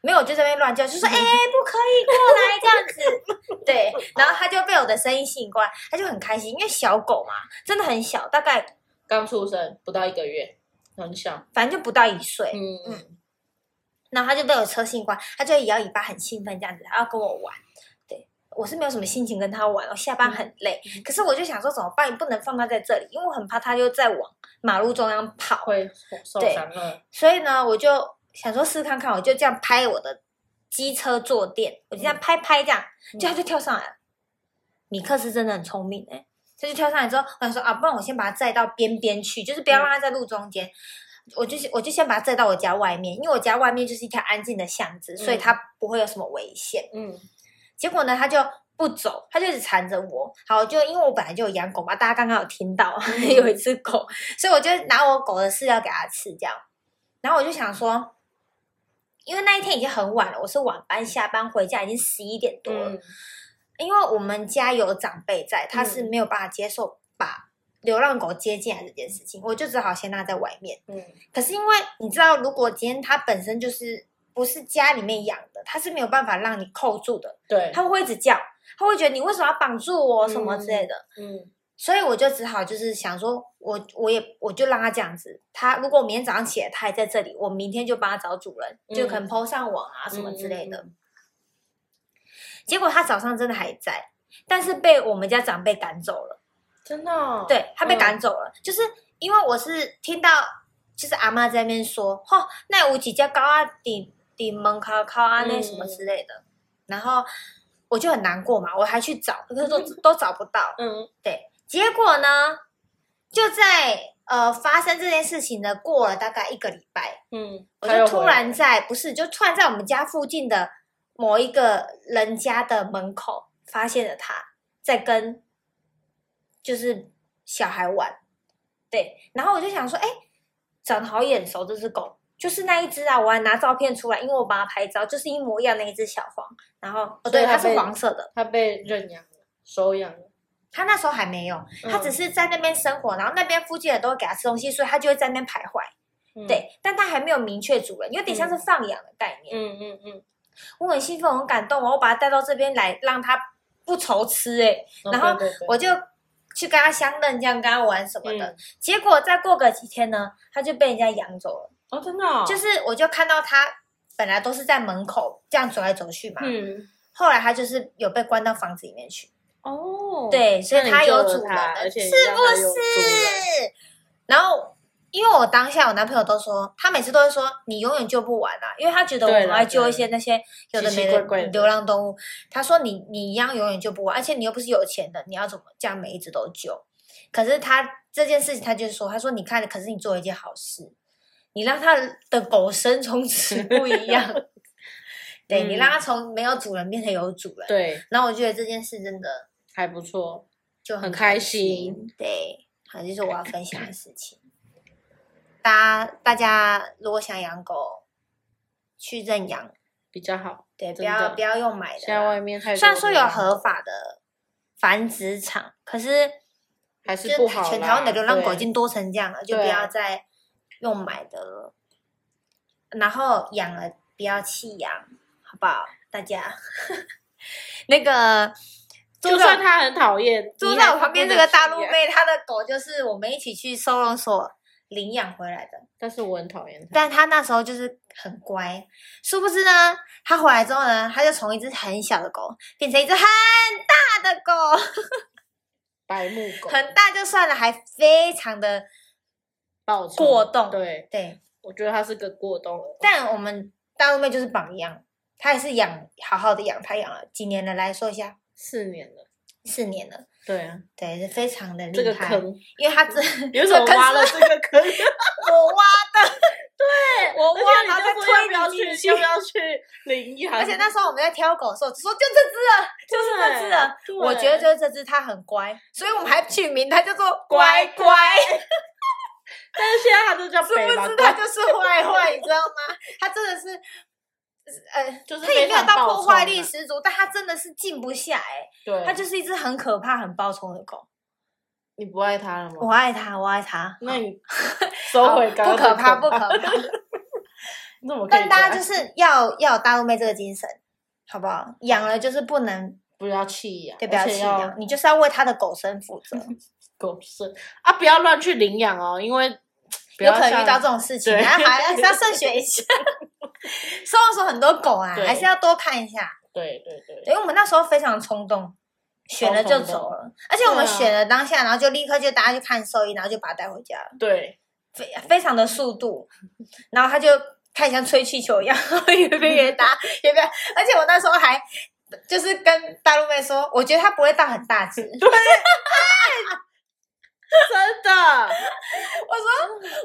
[SPEAKER 1] 没有我就在那边乱叫，就说哎、不可以过来这样子。 对，然后他就被我的声音吸引过来，他就很开心，因为小狗嘛，真的很小，大概
[SPEAKER 2] 刚出生不到一个月，很小。
[SPEAKER 1] 反正就不到一岁。
[SPEAKER 2] 嗯
[SPEAKER 1] 嗯然后他就被我车性关，他就会摇尾巴，很兴奋这样子，他要跟我玩。对我是没有什么心情跟他玩，我下班很累，可是我就想说怎么办？不能放他在这里，因为我很怕他又在往马路中央跑。
[SPEAKER 2] 会受伤了。
[SPEAKER 1] 所以呢，我就想说试看看，我就这样拍我的机车坐垫，我就这样拍拍这样，
[SPEAKER 2] 嗯
[SPEAKER 1] 就他就跳上来了。米克斯真的很聪明哎、他就跳上来之后，我想说啊，不然我先把它载到边边去，就是不要让它在路中间。我就我就先把它载到我家外面，因为我家外面就是一条安静的巷子，所以它不会有什么危险。
[SPEAKER 2] 嗯，
[SPEAKER 1] 结果呢，他就不走，他就一直缠着我。好，就因为我本来就有养狗嘛，大家刚刚有听到、
[SPEAKER 2] 嗯
[SPEAKER 1] 有一只狗，所以我就拿我狗的饲料给它吃，这样。然后我就想说，因为那一天已经很晚了，我是晚班下班回家，已经十一点多了。
[SPEAKER 2] 嗯
[SPEAKER 1] 因为我们家有长辈在，他是没有办法接受把流浪狗接进来这件事情，我就只好先拉在外面。
[SPEAKER 2] 嗯
[SPEAKER 1] 可是因为你知道，如果今天它本身就是不是家里面养的，它是没有办法让你扣住的。
[SPEAKER 2] 对，
[SPEAKER 1] 他们会一直叫，他会觉得你为什么要绑住我什么之类的，
[SPEAKER 2] 嗯
[SPEAKER 1] 所以我就只好就是想说，我我也我就让他这样子，他如果我明天早上起来他还在这里，我明天就帮他找主人，就可能 PO 上网啊什么之类的。结果他早上真的还在，但是被我们家长辈赶走了，
[SPEAKER 2] 真的哦、
[SPEAKER 1] 对他被
[SPEAKER 2] 嗯
[SPEAKER 1] 赶走了，就是因为我是听到就是阿妈在那边说，吼、那有几只狗啊，伫伫门口靠啊那什么之类的，然后我就很难过嘛，我还去找，可是都都找不到。
[SPEAKER 2] 嗯
[SPEAKER 1] 对，结果呢，就在呃发生这件事情的过了大概一个礼拜，
[SPEAKER 2] 嗯，
[SPEAKER 1] 我
[SPEAKER 2] 他
[SPEAKER 1] 就
[SPEAKER 2] 又
[SPEAKER 1] 突
[SPEAKER 2] 回来
[SPEAKER 1] 然在不是就突然在我们家附近的某一个人家的门口发现了他在跟就是小孩玩，对，然后我就想说，哎，长得好眼熟，这只狗就是那一只啊，我还拿照片出来，因为我帮它拍照，就是一模一样那一只小黄，然后哦
[SPEAKER 2] 所以
[SPEAKER 1] 对，
[SPEAKER 2] 它
[SPEAKER 1] 它是
[SPEAKER 2] 被
[SPEAKER 1] 黄色的，
[SPEAKER 2] 他被认养了，收养了。
[SPEAKER 1] 它那时候还没有，它
[SPEAKER 2] 嗯
[SPEAKER 1] 只是在那边生活，然后那边附近的都会给它吃东西，所以它就会在那边徘徊，
[SPEAKER 2] 嗯，
[SPEAKER 1] 对，但它还没有明确主人，有点像是放养的概念。
[SPEAKER 2] 嗯嗯嗯，
[SPEAKER 1] 我很兴奋，我很感动，我把它带到这边来，让它不愁吃哎、
[SPEAKER 2] 哦
[SPEAKER 1] 然后
[SPEAKER 2] 对对对
[SPEAKER 1] 我就去跟它相认，这样跟它玩什么的。
[SPEAKER 2] 嗯
[SPEAKER 1] 结果再过个几天呢，它就被人家养走了。
[SPEAKER 2] 哦，真的、哦，
[SPEAKER 1] 就是我就看到它本来都是在门口这样走来走去嘛，
[SPEAKER 2] 嗯
[SPEAKER 1] 后来它就是有被关到房子里面去。
[SPEAKER 2] 哦，
[SPEAKER 1] 对，所
[SPEAKER 2] 那
[SPEAKER 1] 以
[SPEAKER 2] 你
[SPEAKER 1] 它
[SPEAKER 2] 救
[SPEAKER 1] 有
[SPEAKER 2] 了
[SPEAKER 1] 主人
[SPEAKER 2] 它
[SPEAKER 1] 了，
[SPEAKER 2] 而且
[SPEAKER 1] 是
[SPEAKER 2] 你让它
[SPEAKER 1] 不
[SPEAKER 2] 有主人
[SPEAKER 1] 是？然后，因为我当下我男朋友都说，他每次都会说你永远救不完啊，因为他觉得我
[SPEAKER 2] 对
[SPEAKER 1] 们
[SPEAKER 2] 啦
[SPEAKER 1] 爱救
[SPEAKER 2] 对
[SPEAKER 1] 一些那些有的
[SPEAKER 2] 奇奇
[SPEAKER 1] 没
[SPEAKER 2] 怪怪
[SPEAKER 1] 的
[SPEAKER 2] 的
[SPEAKER 1] 流浪动物，他说你你一样永远救不完，而且你又不是有钱的，你要怎么这样每一只都救？可是他这件事情，他就说，他说你看，可是你做了一件好事，你让他的狗生从此不一样， 对你
[SPEAKER 2] 嗯
[SPEAKER 1] 让他从没有主人变成有主人，
[SPEAKER 2] 对，
[SPEAKER 1] 然后我觉得这件事真的。
[SPEAKER 2] 还不错。
[SPEAKER 1] 就
[SPEAKER 2] 很
[SPEAKER 1] 开
[SPEAKER 2] 开心。
[SPEAKER 1] 对，好，这是我要分享的事 情。大家大家如果想养狗，去认养，
[SPEAKER 2] 比较好，
[SPEAKER 1] 对，不
[SPEAKER 2] 真的
[SPEAKER 1] 要不要用买
[SPEAKER 2] 现
[SPEAKER 1] 的
[SPEAKER 2] 在外
[SPEAKER 1] 啦。
[SPEAKER 2] 面太多
[SPEAKER 1] 虽然说有
[SPEAKER 2] 了
[SPEAKER 1] 合法的繁殖场，可是
[SPEAKER 2] 还
[SPEAKER 1] 就是
[SPEAKER 2] 不好啦
[SPEAKER 1] 全台湾的流浪狗
[SPEAKER 2] 对
[SPEAKER 1] 已经多成这样了，就不
[SPEAKER 2] 对啊
[SPEAKER 1] 要再用买的了。然后养了不要弃养，好不好？大家 那个
[SPEAKER 2] 就
[SPEAKER 1] 做到
[SPEAKER 2] 算他很讨厌，
[SPEAKER 1] 坐
[SPEAKER 2] 你
[SPEAKER 1] 在
[SPEAKER 2] 还
[SPEAKER 1] 我
[SPEAKER 2] 是
[SPEAKER 1] 旁边
[SPEAKER 2] 不
[SPEAKER 1] 这
[SPEAKER 2] 能
[SPEAKER 1] 个大
[SPEAKER 2] 弃
[SPEAKER 1] 陆
[SPEAKER 2] 养，
[SPEAKER 1] 妹，她的狗就是我们一起去收容所领养回来的，
[SPEAKER 2] 但是我很讨厌他。
[SPEAKER 1] 但她那时候就是很乖，殊不知呢，她回来之后呢，她就从一只很小的狗变成一只很大的狗，
[SPEAKER 2] 白目狗
[SPEAKER 1] 很大就算了，还非常的
[SPEAKER 2] 暴冲
[SPEAKER 1] 过动
[SPEAKER 2] 对
[SPEAKER 1] 对。
[SPEAKER 2] 我觉得他是个过动儿，
[SPEAKER 1] 但我们大陆妹就是榜样，她也是养好好的养，她养了几年了，来说一下，
[SPEAKER 2] 四年了。
[SPEAKER 1] 四年了，
[SPEAKER 2] 对啊，
[SPEAKER 1] 对，是非常的厉害。
[SPEAKER 2] 这个坑，
[SPEAKER 1] 因为她真
[SPEAKER 2] 有什
[SPEAKER 1] 这
[SPEAKER 2] 么
[SPEAKER 1] 个坑
[SPEAKER 2] 挖了
[SPEAKER 1] 是
[SPEAKER 2] 这个坑？
[SPEAKER 1] 我挖的，对我
[SPEAKER 2] 而且
[SPEAKER 1] 挖
[SPEAKER 2] 你
[SPEAKER 1] 然后
[SPEAKER 2] 就
[SPEAKER 1] 再
[SPEAKER 2] 说
[SPEAKER 1] 推
[SPEAKER 2] 要不
[SPEAKER 1] 你
[SPEAKER 2] 要
[SPEAKER 1] 进
[SPEAKER 2] 去，
[SPEAKER 1] 去
[SPEAKER 2] 要不要去领养？
[SPEAKER 1] 而且那时候我们在挑狗的时候，只说就这只了，就是这只了。
[SPEAKER 2] 对
[SPEAKER 1] 我觉得就是这只它很乖，所以我们还取名它叫做乖
[SPEAKER 2] 乖
[SPEAKER 1] 乖，
[SPEAKER 2] 但是现在他就叫
[SPEAKER 1] 是
[SPEAKER 2] 北
[SPEAKER 1] 不
[SPEAKER 2] 吧
[SPEAKER 1] 是
[SPEAKER 2] 狗
[SPEAKER 1] 它就是坏坏，你知道吗？它真的是呃，
[SPEAKER 2] 就是
[SPEAKER 1] 他也
[SPEAKER 2] 非
[SPEAKER 1] 没有
[SPEAKER 2] 常
[SPEAKER 1] 到
[SPEAKER 2] 暴
[SPEAKER 1] 破坏
[SPEAKER 2] 冲
[SPEAKER 1] 力
[SPEAKER 2] 啊
[SPEAKER 1] 十足，但他真的是静不下来、
[SPEAKER 2] 对，
[SPEAKER 1] 它就是一只很可怕、很暴冲的狗。
[SPEAKER 2] 你不爱他了吗？
[SPEAKER 1] 我爱它，我爱它。
[SPEAKER 2] 那
[SPEAKER 1] 好
[SPEAKER 2] 你收回刚刚
[SPEAKER 1] 好不
[SPEAKER 2] 的
[SPEAKER 1] 可怕，不可
[SPEAKER 2] 怕，
[SPEAKER 1] 怕。
[SPEAKER 2] 你怎么可以
[SPEAKER 1] 但
[SPEAKER 2] 这样？
[SPEAKER 1] 大家就是要要有大陆妹这个精神，好不好？养了就是不能
[SPEAKER 2] 不要弃养，
[SPEAKER 1] 对不
[SPEAKER 2] 而
[SPEAKER 1] 要
[SPEAKER 2] 且
[SPEAKER 1] 弃
[SPEAKER 2] 要
[SPEAKER 1] 养，你就是要为他的狗生负 责。
[SPEAKER 2] 狗生啊，不要乱去领养哦，因为不
[SPEAKER 1] 有
[SPEAKER 2] 要
[SPEAKER 1] 可能遇到
[SPEAKER 2] 像
[SPEAKER 1] 这种事情，
[SPEAKER 2] 对
[SPEAKER 1] 然后还是要慎选一 下。收容所很多狗啊，
[SPEAKER 2] 对
[SPEAKER 1] 还是要多看一下。
[SPEAKER 2] 对对对
[SPEAKER 1] 因为我们那时候非常冲动，选了就走了，而且我们
[SPEAKER 2] 对啊
[SPEAKER 1] 选了当下，然后就立刻就大家去看兽医，然后就把它带回家了，
[SPEAKER 2] 对，
[SPEAKER 1] 非非常的速度，然后它就看起来像吹气球一样，越飞越 大，越飞。而且我那时候还就是跟大陆妹说，我觉得它不会到很大 只，
[SPEAKER 2] 真的，
[SPEAKER 1] 我说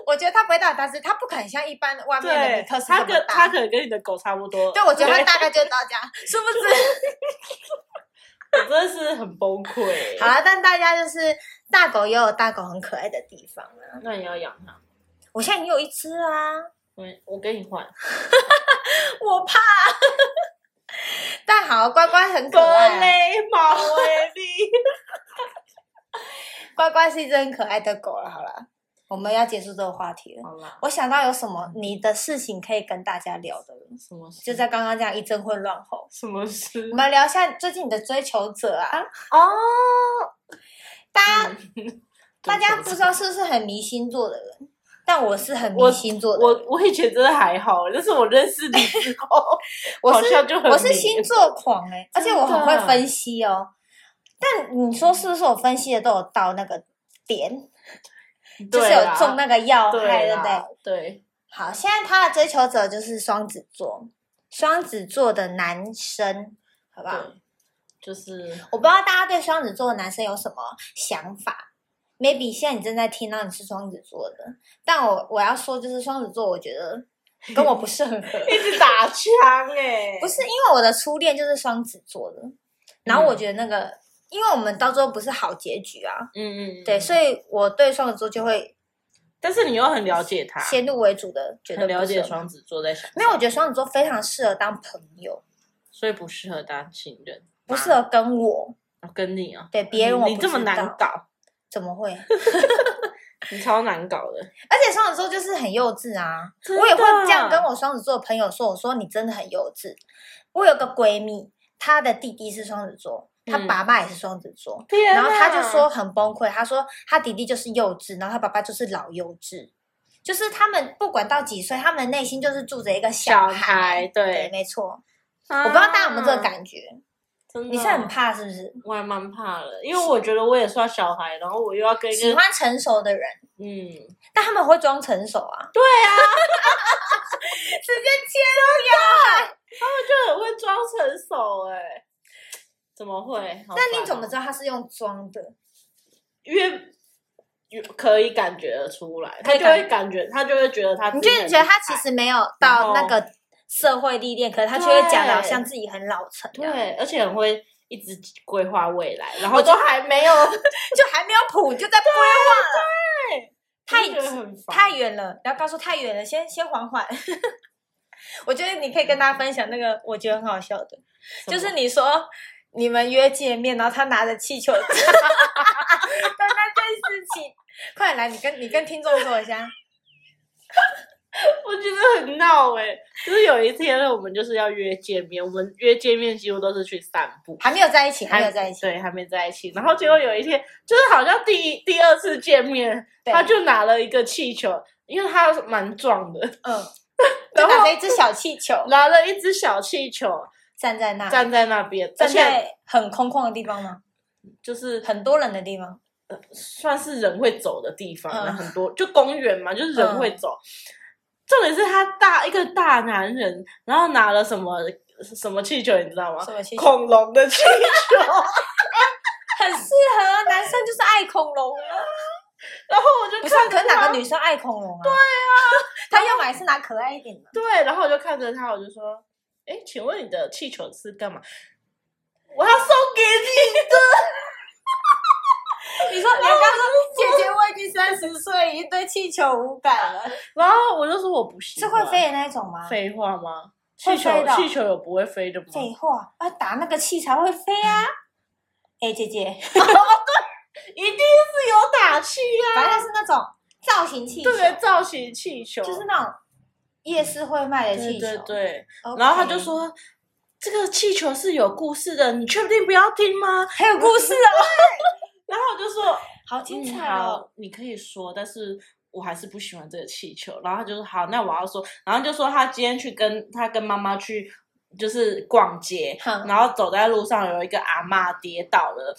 [SPEAKER 1] 我觉得它不会到很大只，它不可能像一般外面的
[SPEAKER 2] 对
[SPEAKER 1] 米克，斯
[SPEAKER 2] 它
[SPEAKER 1] 这么
[SPEAKER 2] 跟它
[SPEAKER 1] 大。
[SPEAKER 2] 可能跟你的狗差不多。
[SPEAKER 1] 对，我觉得它
[SPEAKER 2] 对
[SPEAKER 1] 大概就到这样，殊不知。
[SPEAKER 2] 我真的是很崩溃。欸
[SPEAKER 1] 好，了，啊但大家就是大狗也有大狗很可爱的地方啊。
[SPEAKER 2] 那你要养它，
[SPEAKER 1] 我现在已经有一只啊，
[SPEAKER 2] 我我跟你换，
[SPEAKER 1] 我怕。 但好，乖乖很可
[SPEAKER 2] 格
[SPEAKER 1] 爱啊，
[SPEAKER 2] 雷毛维利，
[SPEAKER 1] 乖乖是一只很可爱的狗了。好了，我们要结束这个话题了。
[SPEAKER 2] 好啦，
[SPEAKER 1] 我想到有什么你的事情可以跟大家聊的了，
[SPEAKER 2] 什么事？
[SPEAKER 1] 就在刚刚这样一阵混乱后，
[SPEAKER 2] 什么事
[SPEAKER 1] 我？们聊一下最近你的追求者啊，
[SPEAKER 2] 哦，嗯
[SPEAKER 1] 大家、大家不
[SPEAKER 2] 不
[SPEAKER 1] 知道是不是很迷星座的人，但我是很迷
[SPEAKER 2] 我
[SPEAKER 1] 星座的人，
[SPEAKER 2] 我我也觉得真的还好，就是我认识你之后，
[SPEAKER 1] 我
[SPEAKER 2] 好
[SPEAKER 1] 是
[SPEAKER 2] 像就很
[SPEAKER 1] 我是
[SPEAKER 2] 迷
[SPEAKER 1] 星座狂哎、而且我很会
[SPEAKER 2] 真的
[SPEAKER 1] 分析哦。但你说是不是我分析的都有到那个点，就是
[SPEAKER 2] 对
[SPEAKER 1] 有
[SPEAKER 2] 啦
[SPEAKER 1] 中那个要害，
[SPEAKER 2] 对啊
[SPEAKER 1] 对不对
[SPEAKER 2] 啦？对，
[SPEAKER 1] 好，现在他的追求者就是双子座，双子座的男生，好不好？
[SPEAKER 2] 对， 就是
[SPEAKER 1] 我不知道大家对双子座的男生有什么想法。maybe 现在你正在听到你是双子座的，但我我要说就是双子座，我觉得跟我不是很合。
[SPEAKER 2] 一直打枪哎、
[SPEAKER 1] 不是因为我的初恋就是双子座的，然后我
[SPEAKER 2] 嗯
[SPEAKER 1] 觉得那个，因为我们到最后不是好结局啊，
[SPEAKER 2] 嗯，嗯嗯，
[SPEAKER 1] 对，
[SPEAKER 2] 以
[SPEAKER 1] 所以我对双子座就会
[SPEAKER 2] 但是你又很了解他，
[SPEAKER 1] 先入为主的觉得
[SPEAKER 2] 很了
[SPEAKER 1] 不是哦
[SPEAKER 2] 解
[SPEAKER 1] 很
[SPEAKER 2] 双子座在想，
[SPEAKER 1] 没有，我觉得双子座非常适合当朋友，
[SPEAKER 2] 所以不适合当情人，
[SPEAKER 1] 不哦适合跟我
[SPEAKER 2] 啊跟你啊，
[SPEAKER 1] 对别人我
[SPEAKER 2] 你
[SPEAKER 1] 不
[SPEAKER 2] 这么
[SPEAKER 1] 知道
[SPEAKER 2] 难搞，
[SPEAKER 1] 怎么会？
[SPEAKER 2] 你超难搞的，
[SPEAKER 1] 而且双子座就是很幼稚啊，
[SPEAKER 2] 真的
[SPEAKER 1] 我也会这样跟我双子座的朋友说，我说你真的很幼稚。我有个闺蜜，她的弟弟是双子座，她
[SPEAKER 2] 嗯
[SPEAKER 1] 爸爸也是双子座，
[SPEAKER 2] 天哪，
[SPEAKER 1] 然后他就说很崩溃，他说他弟弟就是幼稚，然后他爸爸就是老幼稚，就是他们不管到几岁，他们内心就是住着一个
[SPEAKER 2] 小
[SPEAKER 1] 孩。
[SPEAKER 2] 孩，
[SPEAKER 1] 对，
[SPEAKER 2] 对，啊嗯
[SPEAKER 1] 没错。
[SPEAKER 2] 我
[SPEAKER 1] 我不知道大家有没有这个，感觉，
[SPEAKER 2] 真的
[SPEAKER 1] 你是很。怕是不是？
[SPEAKER 2] 我还蛮怕的，因为我觉得我也算小孩，然后我又要跟一
[SPEAKER 1] 喜
[SPEAKER 2] 个
[SPEAKER 1] 欢成熟的人，
[SPEAKER 2] 嗯，
[SPEAKER 1] 但他们会装成熟啊。对啊，直接切入要害。
[SPEAKER 2] 就很会装成熟哎、怎么会？
[SPEAKER 1] 那
[SPEAKER 2] 好烦
[SPEAKER 1] 你怎么
[SPEAKER 2] 哦
[SPEAKER 1] 知道他是用装的？
[SPEAKER 2] 因为有可以感觉得出来，
[SPEAKER 1] 可
[SPEAKER 2] 他
[SPEAKER 1] 以
[SPEAKER 2] 就
[SPEAKER 1] 感
[SPEAKER 2] 会感觉，他就会觉得他自
[SPEAKER 1] 你
[SPEAKER 2] 己
[SPEAKER 1] 就
[SPEAKER 2] 很
[SPEAKER 1] 觉得他
[SPEAKER 2] 厉
[SPEAKER 1] 其
[SPEAKER 2] 害
[SPEAKER 1] 实没有
[SPEAKER 2] 然
[SPEAKER 1] 到那
[SPEAKER 2] 后
[SPEAKER 1] 个社会历练，可是他却会讲的好
[SPEAKER 2] 对
[SPEAKER 1] 像自己很老成这样，
[SPEAKER 2] 对，而且很会一直规划未来，然后都还没有，
[SPEAKER 1] 就还没有谱就在规划了。太
[SPEAKER 2] 我就觉得很烦
[SPEAKER 1] 太远了，不要告诉太远了，先先缓 缓。我觉得你可以跟大家分享那个，我觉得很好笑的，就是你说你们约见面，然后他拿着气球 的那件事情，快来，你跟你跟听众说一下，
[SPEAKER 2] 我觉得很闹哎、就是有一天我们就是要约见面，我们约见面几乎都是去散步。
[SPEAKER 1] 还没有在一起，还没有在一起，
[SPEAKER 2] 对，还没在一起。然后结果有一天，就是好像第一、第二次见面，
[SPEAKER 1] 对
[SPEAKER 2] 他就拿了一个气球，因为他蛮壮的，
[SPEAKER 1] 嗯，就
[SPEAKER 2] 然后
[SPEAKER 1] 拿着一只小气球
[SPEAKER 2] 拿了一只小气球
[SPEAKER 1] 站在那，
[SPEAKER 2] 站在那边，而
[SPEAKER 1] 啊站
[SPEAKER 2] 且
[SPEAKER 1] 在很空旷的地方吗？
[SPEAKER 2] 就是
[SPEAKER 1] 很多人的地方，
[SPEAKER 2] 算是人会走的地方，
[SPEAKER 1] 嗯
[SPEAKER 2] 很多就公园嘛，就是人会走。重点是他大一个大男人，然后拿了什么什么气球，你知道吗
[SPEAKER 1] 什？么气球？
[SPEAKER 2] 恐龙的气球，
[SPEAKER 1] 很适合男生，就是爱恐龙啊。
[SPEAKER 2] 然后我就
[SPEAKER 1] 不是
[SPEAKER 2] 看
[SPEAKER 1] 啊，可是哪
[SPEAKER 2] 他
[SPEAKER 1] 个女生爱恐龙啊？对啊，她要买是拿可爱一点的。
[SPEAKER 2] 对，然后我就看着他，我就说：“哎，请问你的气球是干嘛？”我要送给你的，
[SPEAKER 1] 你说你要刚
[SPEAKER 2] 哦
[SPEAKER 1] 说姐姐，我已经三十岁，已经对气球无感了，
[SPEAKER 2] 然后我就说我不喜
[SPEAKER 1] 是
[SPEAKER 2] 欢，
[SPEAKER 1] 会飞的那一种吗？
[SPEAKER 2] 废话吗？
[SPEAKER 1] 会
[SPEAKER 2] 气球
[SPEAKER 1] 飞的哦
[SPEAKER 2] 气球有不会飞的吗？
[SPEAKER 1] 废话，要啊打那个气才会飞啊！哎、姐姐，
[SPEAKER 2] 一定是有打气啊，
[SPEAKER 1] 反正就是那种造型气球，
[SPEAKER 2] 这个造型气球
[SPEAKER 1] 就是那种夜市会卖的气
[SPEAKER 2] 对
[SPEAKER 1] 球。
[SPEAKER 2] 对对。
[SPEAKER 1] OK
[SPEAKER 2] 然后他就，说。这个气球是有故事的，你确定不要听吗？
[SPEAKER 1] 还有故事
[SPEAKER 2] 嗯
[SPEAKER 1] 哦，
[SPEAKER 2] 然后我就说，
[SPEAKER 1] 好精
[SPEAKER 2] 嗯，
[SPEAKER 1] 彩哦！
[SPEAKER 2] 好，你可以说，但是我还是不喜欢这个气球。然后他就说好，那我要说，然后就说他今天去跟他跟妈妈去就是逛街，
[SPEAKER 1] 哼
[SPEAKER 2] 然后走在路上有一个阿嬷跌倒了，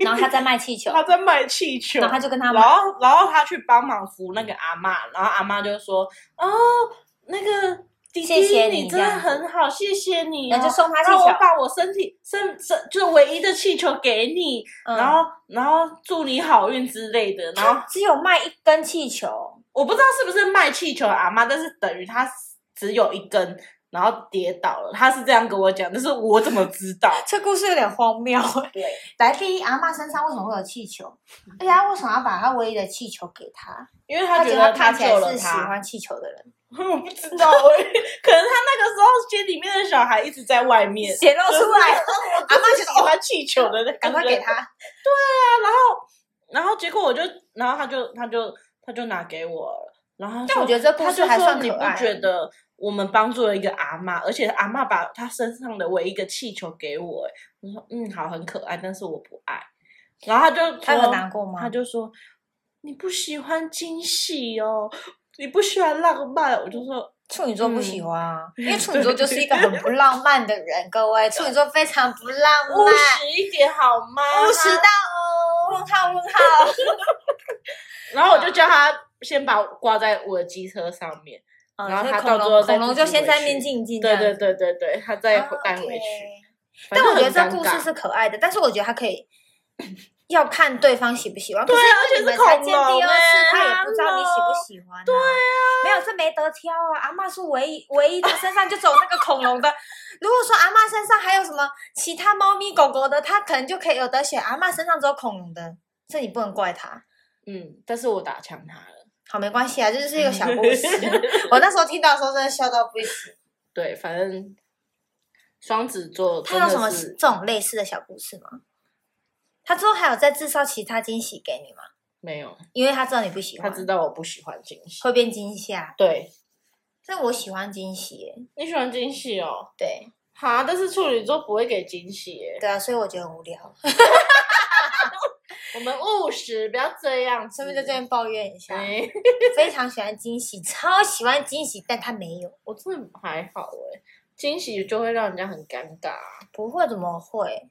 [SPEAKER 1] 然后他在卖气 球，
[SPEAKER 2] 她在卖气
[SPEAKER 1] 哦
[SPEAKER 2] 球
[SPEAKER 1] 然。后他就跟他
[SPEAKER 2] 然
[SPEAKER 1] 妈，
[SPEAKER 2] 后，然后他去帮忙扶那个阿嬷，然后阿嬷就说：“哦，那个弟弟，
[SPEAKER 1] 谢谢你
[SPEAKER 2] 你真
[SPEAKER 1] 这
[SPEAKER 2] 的
[SPEAKER 1] 样子
[SPEAKER 2] 很好，谢谢你、哦。”
[SPEAKER 1] 然后就送他气
[SPEAKER 2] 然后我
[SPEAKER 1] 球，
[SPEAKER 2] 把我身体身身就是唯一的气球给你，
[SPEAKER 1] 嗯
[SPEAKER 2] 然后然后祝你好运之类的，然后
[SPEAKER 1] 只有卖一根气球，
[SPEAKER 2] 我不知道是不是卖气球的阿妈，但是等于她只有一根，然后跌倒了。她是这样跟我讲，但是我怎么知道？
[SPEAKER 1] 这故事有点荒 谬。
[SPEAKER 2] 对，
[SPEAKER 1] 来，第一，阿嬷身上为什么会有气球？而且他为什么要把他唯一的气球给他？
[SPEAKER 2] 因为她
[SPEAKER 1] 嗯觉
[SPEAKER 2] 觉
[SPEAKER 1] 得
[SPEAKER 2] 得
[SPEAKER 1] 看起来
[SPEAKER 2] 救了
[SPEAKER 1] 是喜
[SPEAKER 2] 她。
[SPEAKER 1] 欢气球的人，
[SPEAKER 2] 我不知道，我可能她那个时候心里面的小孩一直在 外 面。
[SPEAKER 1] 显露出来了，
[SPEAKER 2] 阿妈就喜欢气球的那个，
[SPEAKER 1] 赶快给他。
[SPEAKER 2] 然后结果我就，然后他就他就他就拿给我了，然后
[SPEAKER 1] 但我觉得这故
[SPEAKER 2] 他
[SPEAKER 1] 事
[SPEAKER 2] 就
[SPEAKER 1] 还
[SPEAKER 2] 说
[SPEAKER 1] 算
[SPEAKER 2] 你
[SPEAKER 1] 可
[SPEAKER 2] 不
[SPEAKER 1] 爱
[SPEAKER 2] 觉得我们帮助了一个阿妈，而且阿妈把她身上的唯一一个气球给我，欸我说嗯好很可爱，但是我不爱。然后他就
[SPEAKER 1] 他
[SPEAKER 2] 说
[SPEAKER 1] 很难过吗？
[SPEAKER 2] 他就说你不喜欢惊喜哦，你不喜欢浪漫，我就说
[SPEAKER 1] 处女座不喜欢啊，因为处女座就是一个很不浪漫的人，各位，处女座非常不浪
[SPEAKER 2] 务
[SPEAKER 1] 漫，
[SPEAKER 2] 实一点好吗？
[SPEAKER 1] 务实到哦，问号问 号，
[SPEAKER 2] 然后我就叫他先把我挂在我的机车上面，
[SPEAKER 1] 嗯
[SPEAKER 2] 然后
[SPEAKER 1] 所以
[SPEAKER 2] 他
[SPEAKER 1] 恐
[SPEAKER 2] 到最后
[SPEAKER 1] 龙
[SPEAKER 2] 再
[SPEAKER 1] 恐龙
[SPEAKER 2] 自己
[SPEAKER 1] 就先
[SPEAKER 2] 回
[SPEAKER 1] 在
[SPEAKER 2] 去
[SPEAKER 1] 那边静静这
[SPEAKER 2] 对
[SPEAKER 1] 样，
[SPEAKER 2] 对对对对，他再
[SPEAKER 1] 啊
[SPEAKER 2] 带回去。
[SPEAKER 1] OK
[SPEAKER 2] 反
[SPEAKER 1] 但
[SPEAKER 2] 正
[SPEAKER 1] 我觉得这
[SPEAKER 2] 很尴
[SPEAKER 1] 故
[SPEAKER 2] 尬
[SPEAKER 1] 事是可爱的，但是我觉得它可 以要看对方喜不喜欢。
[SPEAKER 2] 对
[SPEAKER 1] 可
[SPEAKER 2] 啊而且
[SPEAKER 1] 你们
[SPEAKER 2] 是恐
[SPEAKER 1] 才见第
[SPEAKER 2] 龙
[SPEAKER 1] 二次
[SPEAKER 2] 欸，
[SPEAKER 1] 他也不知道你喜不喜欢、对啊，没有，这没得挑啊。阿嬷是唯一唯一，她身上就走那个恐龙的。如果说阿嬷身上还有什么其他猫咪狗狗的，她可能就可以有得选。阿嬷身上只有恐龙的，这你不能怪她。
[SPEAKER 2] 嗯，但是我打枪他了。
[SPEAKER 1] 好，没关系啊，这就是一个小故 事。我那时候听到的时候真的笑到不行。
[SPEAKER 2] 对，反正双子座
[SPEAKER 1] 他
[SPEAKER 2] 真
[SPEAKER 1] 有
[SPEAKER 2] 的
[SPEAKER 1] 什么
[SPEAKER 2] 是
[SPEAKER 1] 这种类似的小故事吗？他之后还有再制造其他惊喜给你吗？
[SPEAKER 2] 没有，
[SPEAKER 1] 因为他知道你不喜
[SPEAKER 2] 他
[SPEAKER 1] 欢，
[SPEAKER 2] 知道我不喜欢惊喜。
[SPEAKER 1] 会变惊吓。
[SPEAKER 2] 对，
[SPEAKER 1] 但我喜欢惊喜耶，
[SPEAKER 2] 你喜欢惊喜哦？
[SPEAKER 1] 对
[SPEAKER 2] 哈，但是处女座不会给惊喜耶。
[SPEAKER 1] 对啊，所以我觉得很无聊，
[SPEAKER 2] 我们务实，不要这样子。
[SPEAKER 1] 顺便在这边抱怨一下，
[SPEAKER 2] 哎，
[SPEAKER 1] 非常喜欢惊喜，超喜欢惊喜，但他没有，
[SPEAKER 2] 我真的还好哎，惊喜就会让人家很尴尬。
[SPEAKER 1] 不会怎么会？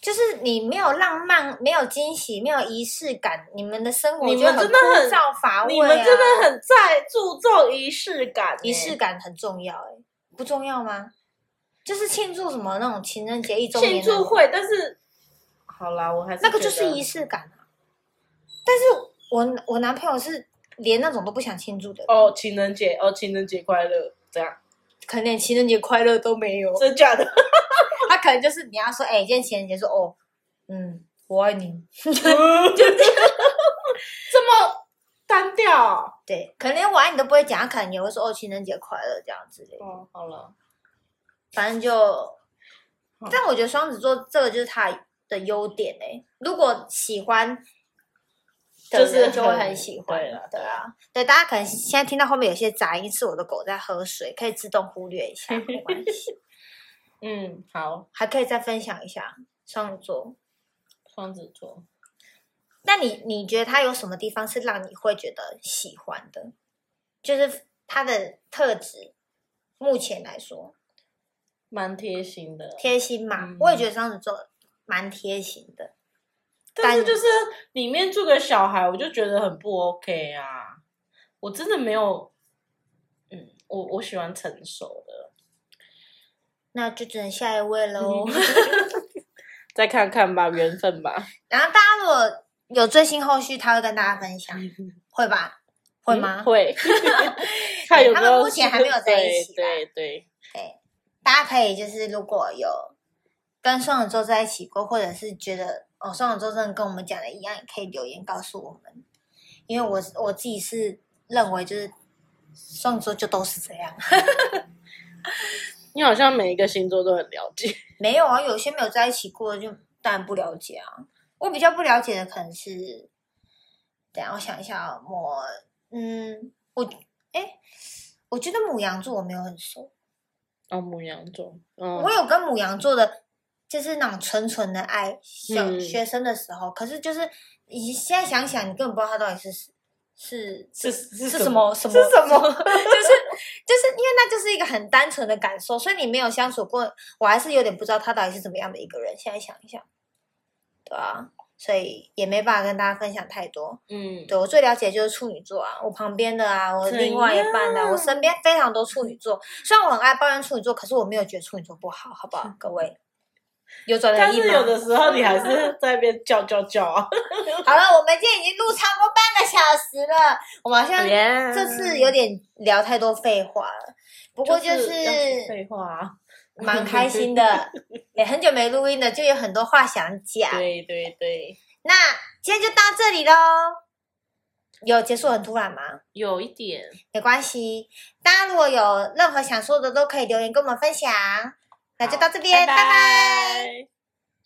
[SPEAKER 1] 就是你没有浪漫，没有惊喜，没有仪式感，你们的生活
[SPEAKER 2] 你
[SPEAKER 1] 就
[SPEAKER 2] 们真的很
[SPEAKER 1] 枯燥乏味、
[SPEAKER 2] 你
[SPEAKER 1] 啊、
[SPEAKER 2] 们真的很在注重仪式感欸，
[SPEAKER 1] 仪式感很重要、欸，不重要吗？就是庆祝什么那种情人节一周年
[SPEAKER 2] 庆
[SPEAKER 1] 那种
[SPEAKER 2] 祝会，但是好啦，我还是
[SPEAKER 1] 那个
[SPEAKER 2] 觉
[SPEAKER 1] 就是
[SPEAKER 2] 得
[SPEAKER 1] 仪式感啊。但是我我男朋友是连那种都不想庆祝的，
[SPEAKER 2] 哦，情人节哦，情人节快乐，这样
[SPEAKER 1] 可能连情人节快乐都没有。
[SPEAKER 2] 真假的？
[SPEAKER 1] 他可能就是你要说，哎、今天情人节，说哦，嗯，我爱你。
[SPEAKER 2] 这么单调？
[SPEAKER 1] 对，可能连我爱你都不会讲，他可能也会说哦，情人节快乐这样之类的。
[SPEAKER 2] 哦，好了，
[SPEAKER 1] 反正就，但我觉得双子座这个就是他的优点哎、如果喜欢。的
[SPEAKER 2] 就是
[SPEAKER 1] 人就会
[SPEAKER 2] 很
[SPEAKER 1] 很喜欢
[SPEAKER 2] 对了
[SPEAKER 1] 对啊，对，大家可能现在听到后面有些杂音，是我的狗在喝水，可以自动忽略一下，没关 系。
[SPEAKER 2] 嗯，好，
[SPEAKER 1] 还可以再分享一下双子座。
[SPEAKER 2] 双子座，
[SPEAKER 1] 那你你觉得他有什么地方是让你会觉得喜欢的？就是他的特质，目前来说
[SPEAKER 2] 蛮贴心的，
[SPEAKER 1] 贴心嘛，
[SPEAKER 2] 嗯
[SPEAKER 1] 我也觉得双子座蛮贴心的。
[SPEAKER 2] 但是就是里面住个小孩，我就觉得很不 OK 啊，我真的没有，嗯，我我喜欢成熟的，
[SPEAKER 1] 那就只能下一位喽。
[SPEAKER 2] 嗯再看看吧，缘分吧，
[SPEAKER 1] 然后大家如果有最新后续，他会跟大家分享，会吧？ 会吗？
[SPEAKER 2] 嗯会，看有没
[SPEAKER 1] 他们
[SPEAKER 2] 有
[SPEAKER 1] 目前还没有在一起吧
[SPEAKER 2] 对对对，
[SPEAKER 1] 对，大家可以就是如果有跟双子座在一起过，或者是觉得哦双子座真的跟我们讲的一样，也可以留言告诉我们，因为我我自己是认为就是双子座就都是这样，
[SPEAKER 2] 你好像每一个星座都很了解。
[SPEAKER 1] 没有啊，有些没有在一起过的就当然不了解啊。我比较不了解的可能是，等一下我想一下哦，我嗯，我哎，我觉得母羊座我没有很熟，
[SPEAKER 2] 哦，母羊座，嗯
[SPEAKER 1] 我，有跟母羊座的，就是那种纯纯的爱，小
[SPEAKER 2] 嗯
[SPEAKER 1] 学生的时候，可是就是你现在想想，你根本不知道他到底是是
[SPEAKER 2] 是是
[SPEAKER 1] 是什？么什么
[SPEAKER 2] 是什么？
[SPEAKER 1] 就是就是因为那就是一个很单纯的感受，所以你没有相处过，我还是有点不知道他到底是怎么样的一个人。现在想一想，对啊，所以也没办法跟大家分享太多。
[SPEAKER 2] 嗯，
[SPEAKER 1] 对我最了解就是处女座啊，我旁边的啊，我
[SPEAKER 2] 怎
[SPEAKER 1] 另外一半的啊、我身边非常多处女座。虽然我很爱抱怨处女座，可是我没有觉得处女座不好，好不好？各位，有转
[SPEAKER 2] 但
[SPEAKER 1] 人意
[SPEAKER 2] 是有
[SPEAKER 1] 吗？
[SPEAKER 2] 的时候你还是在那边叫叫叫啊。
[SPEAKER 1] 好了，我们今天已经录超过半个小时了，我们好像这次有点聊太多废话了。不
[SPEAKER 2] 不
[SPEAKER 1] 过就是
[SPEAKER 2] 废话啊。
[SPEAKER 1] 蛮开心的， 也很久没录音了，就有很多话想讲。
[SPEAKER 2] 对对对，
[SPEAKER 1] 那今天就到这里喽。有结束很突然吗？
[SPEAKER 2] 有一点。
[SPEAKER 1] 没关系，大家如果有任何想说的，都可以留言跟我们分享。那就到这边，拜拜
[SPEAKER 2] 拜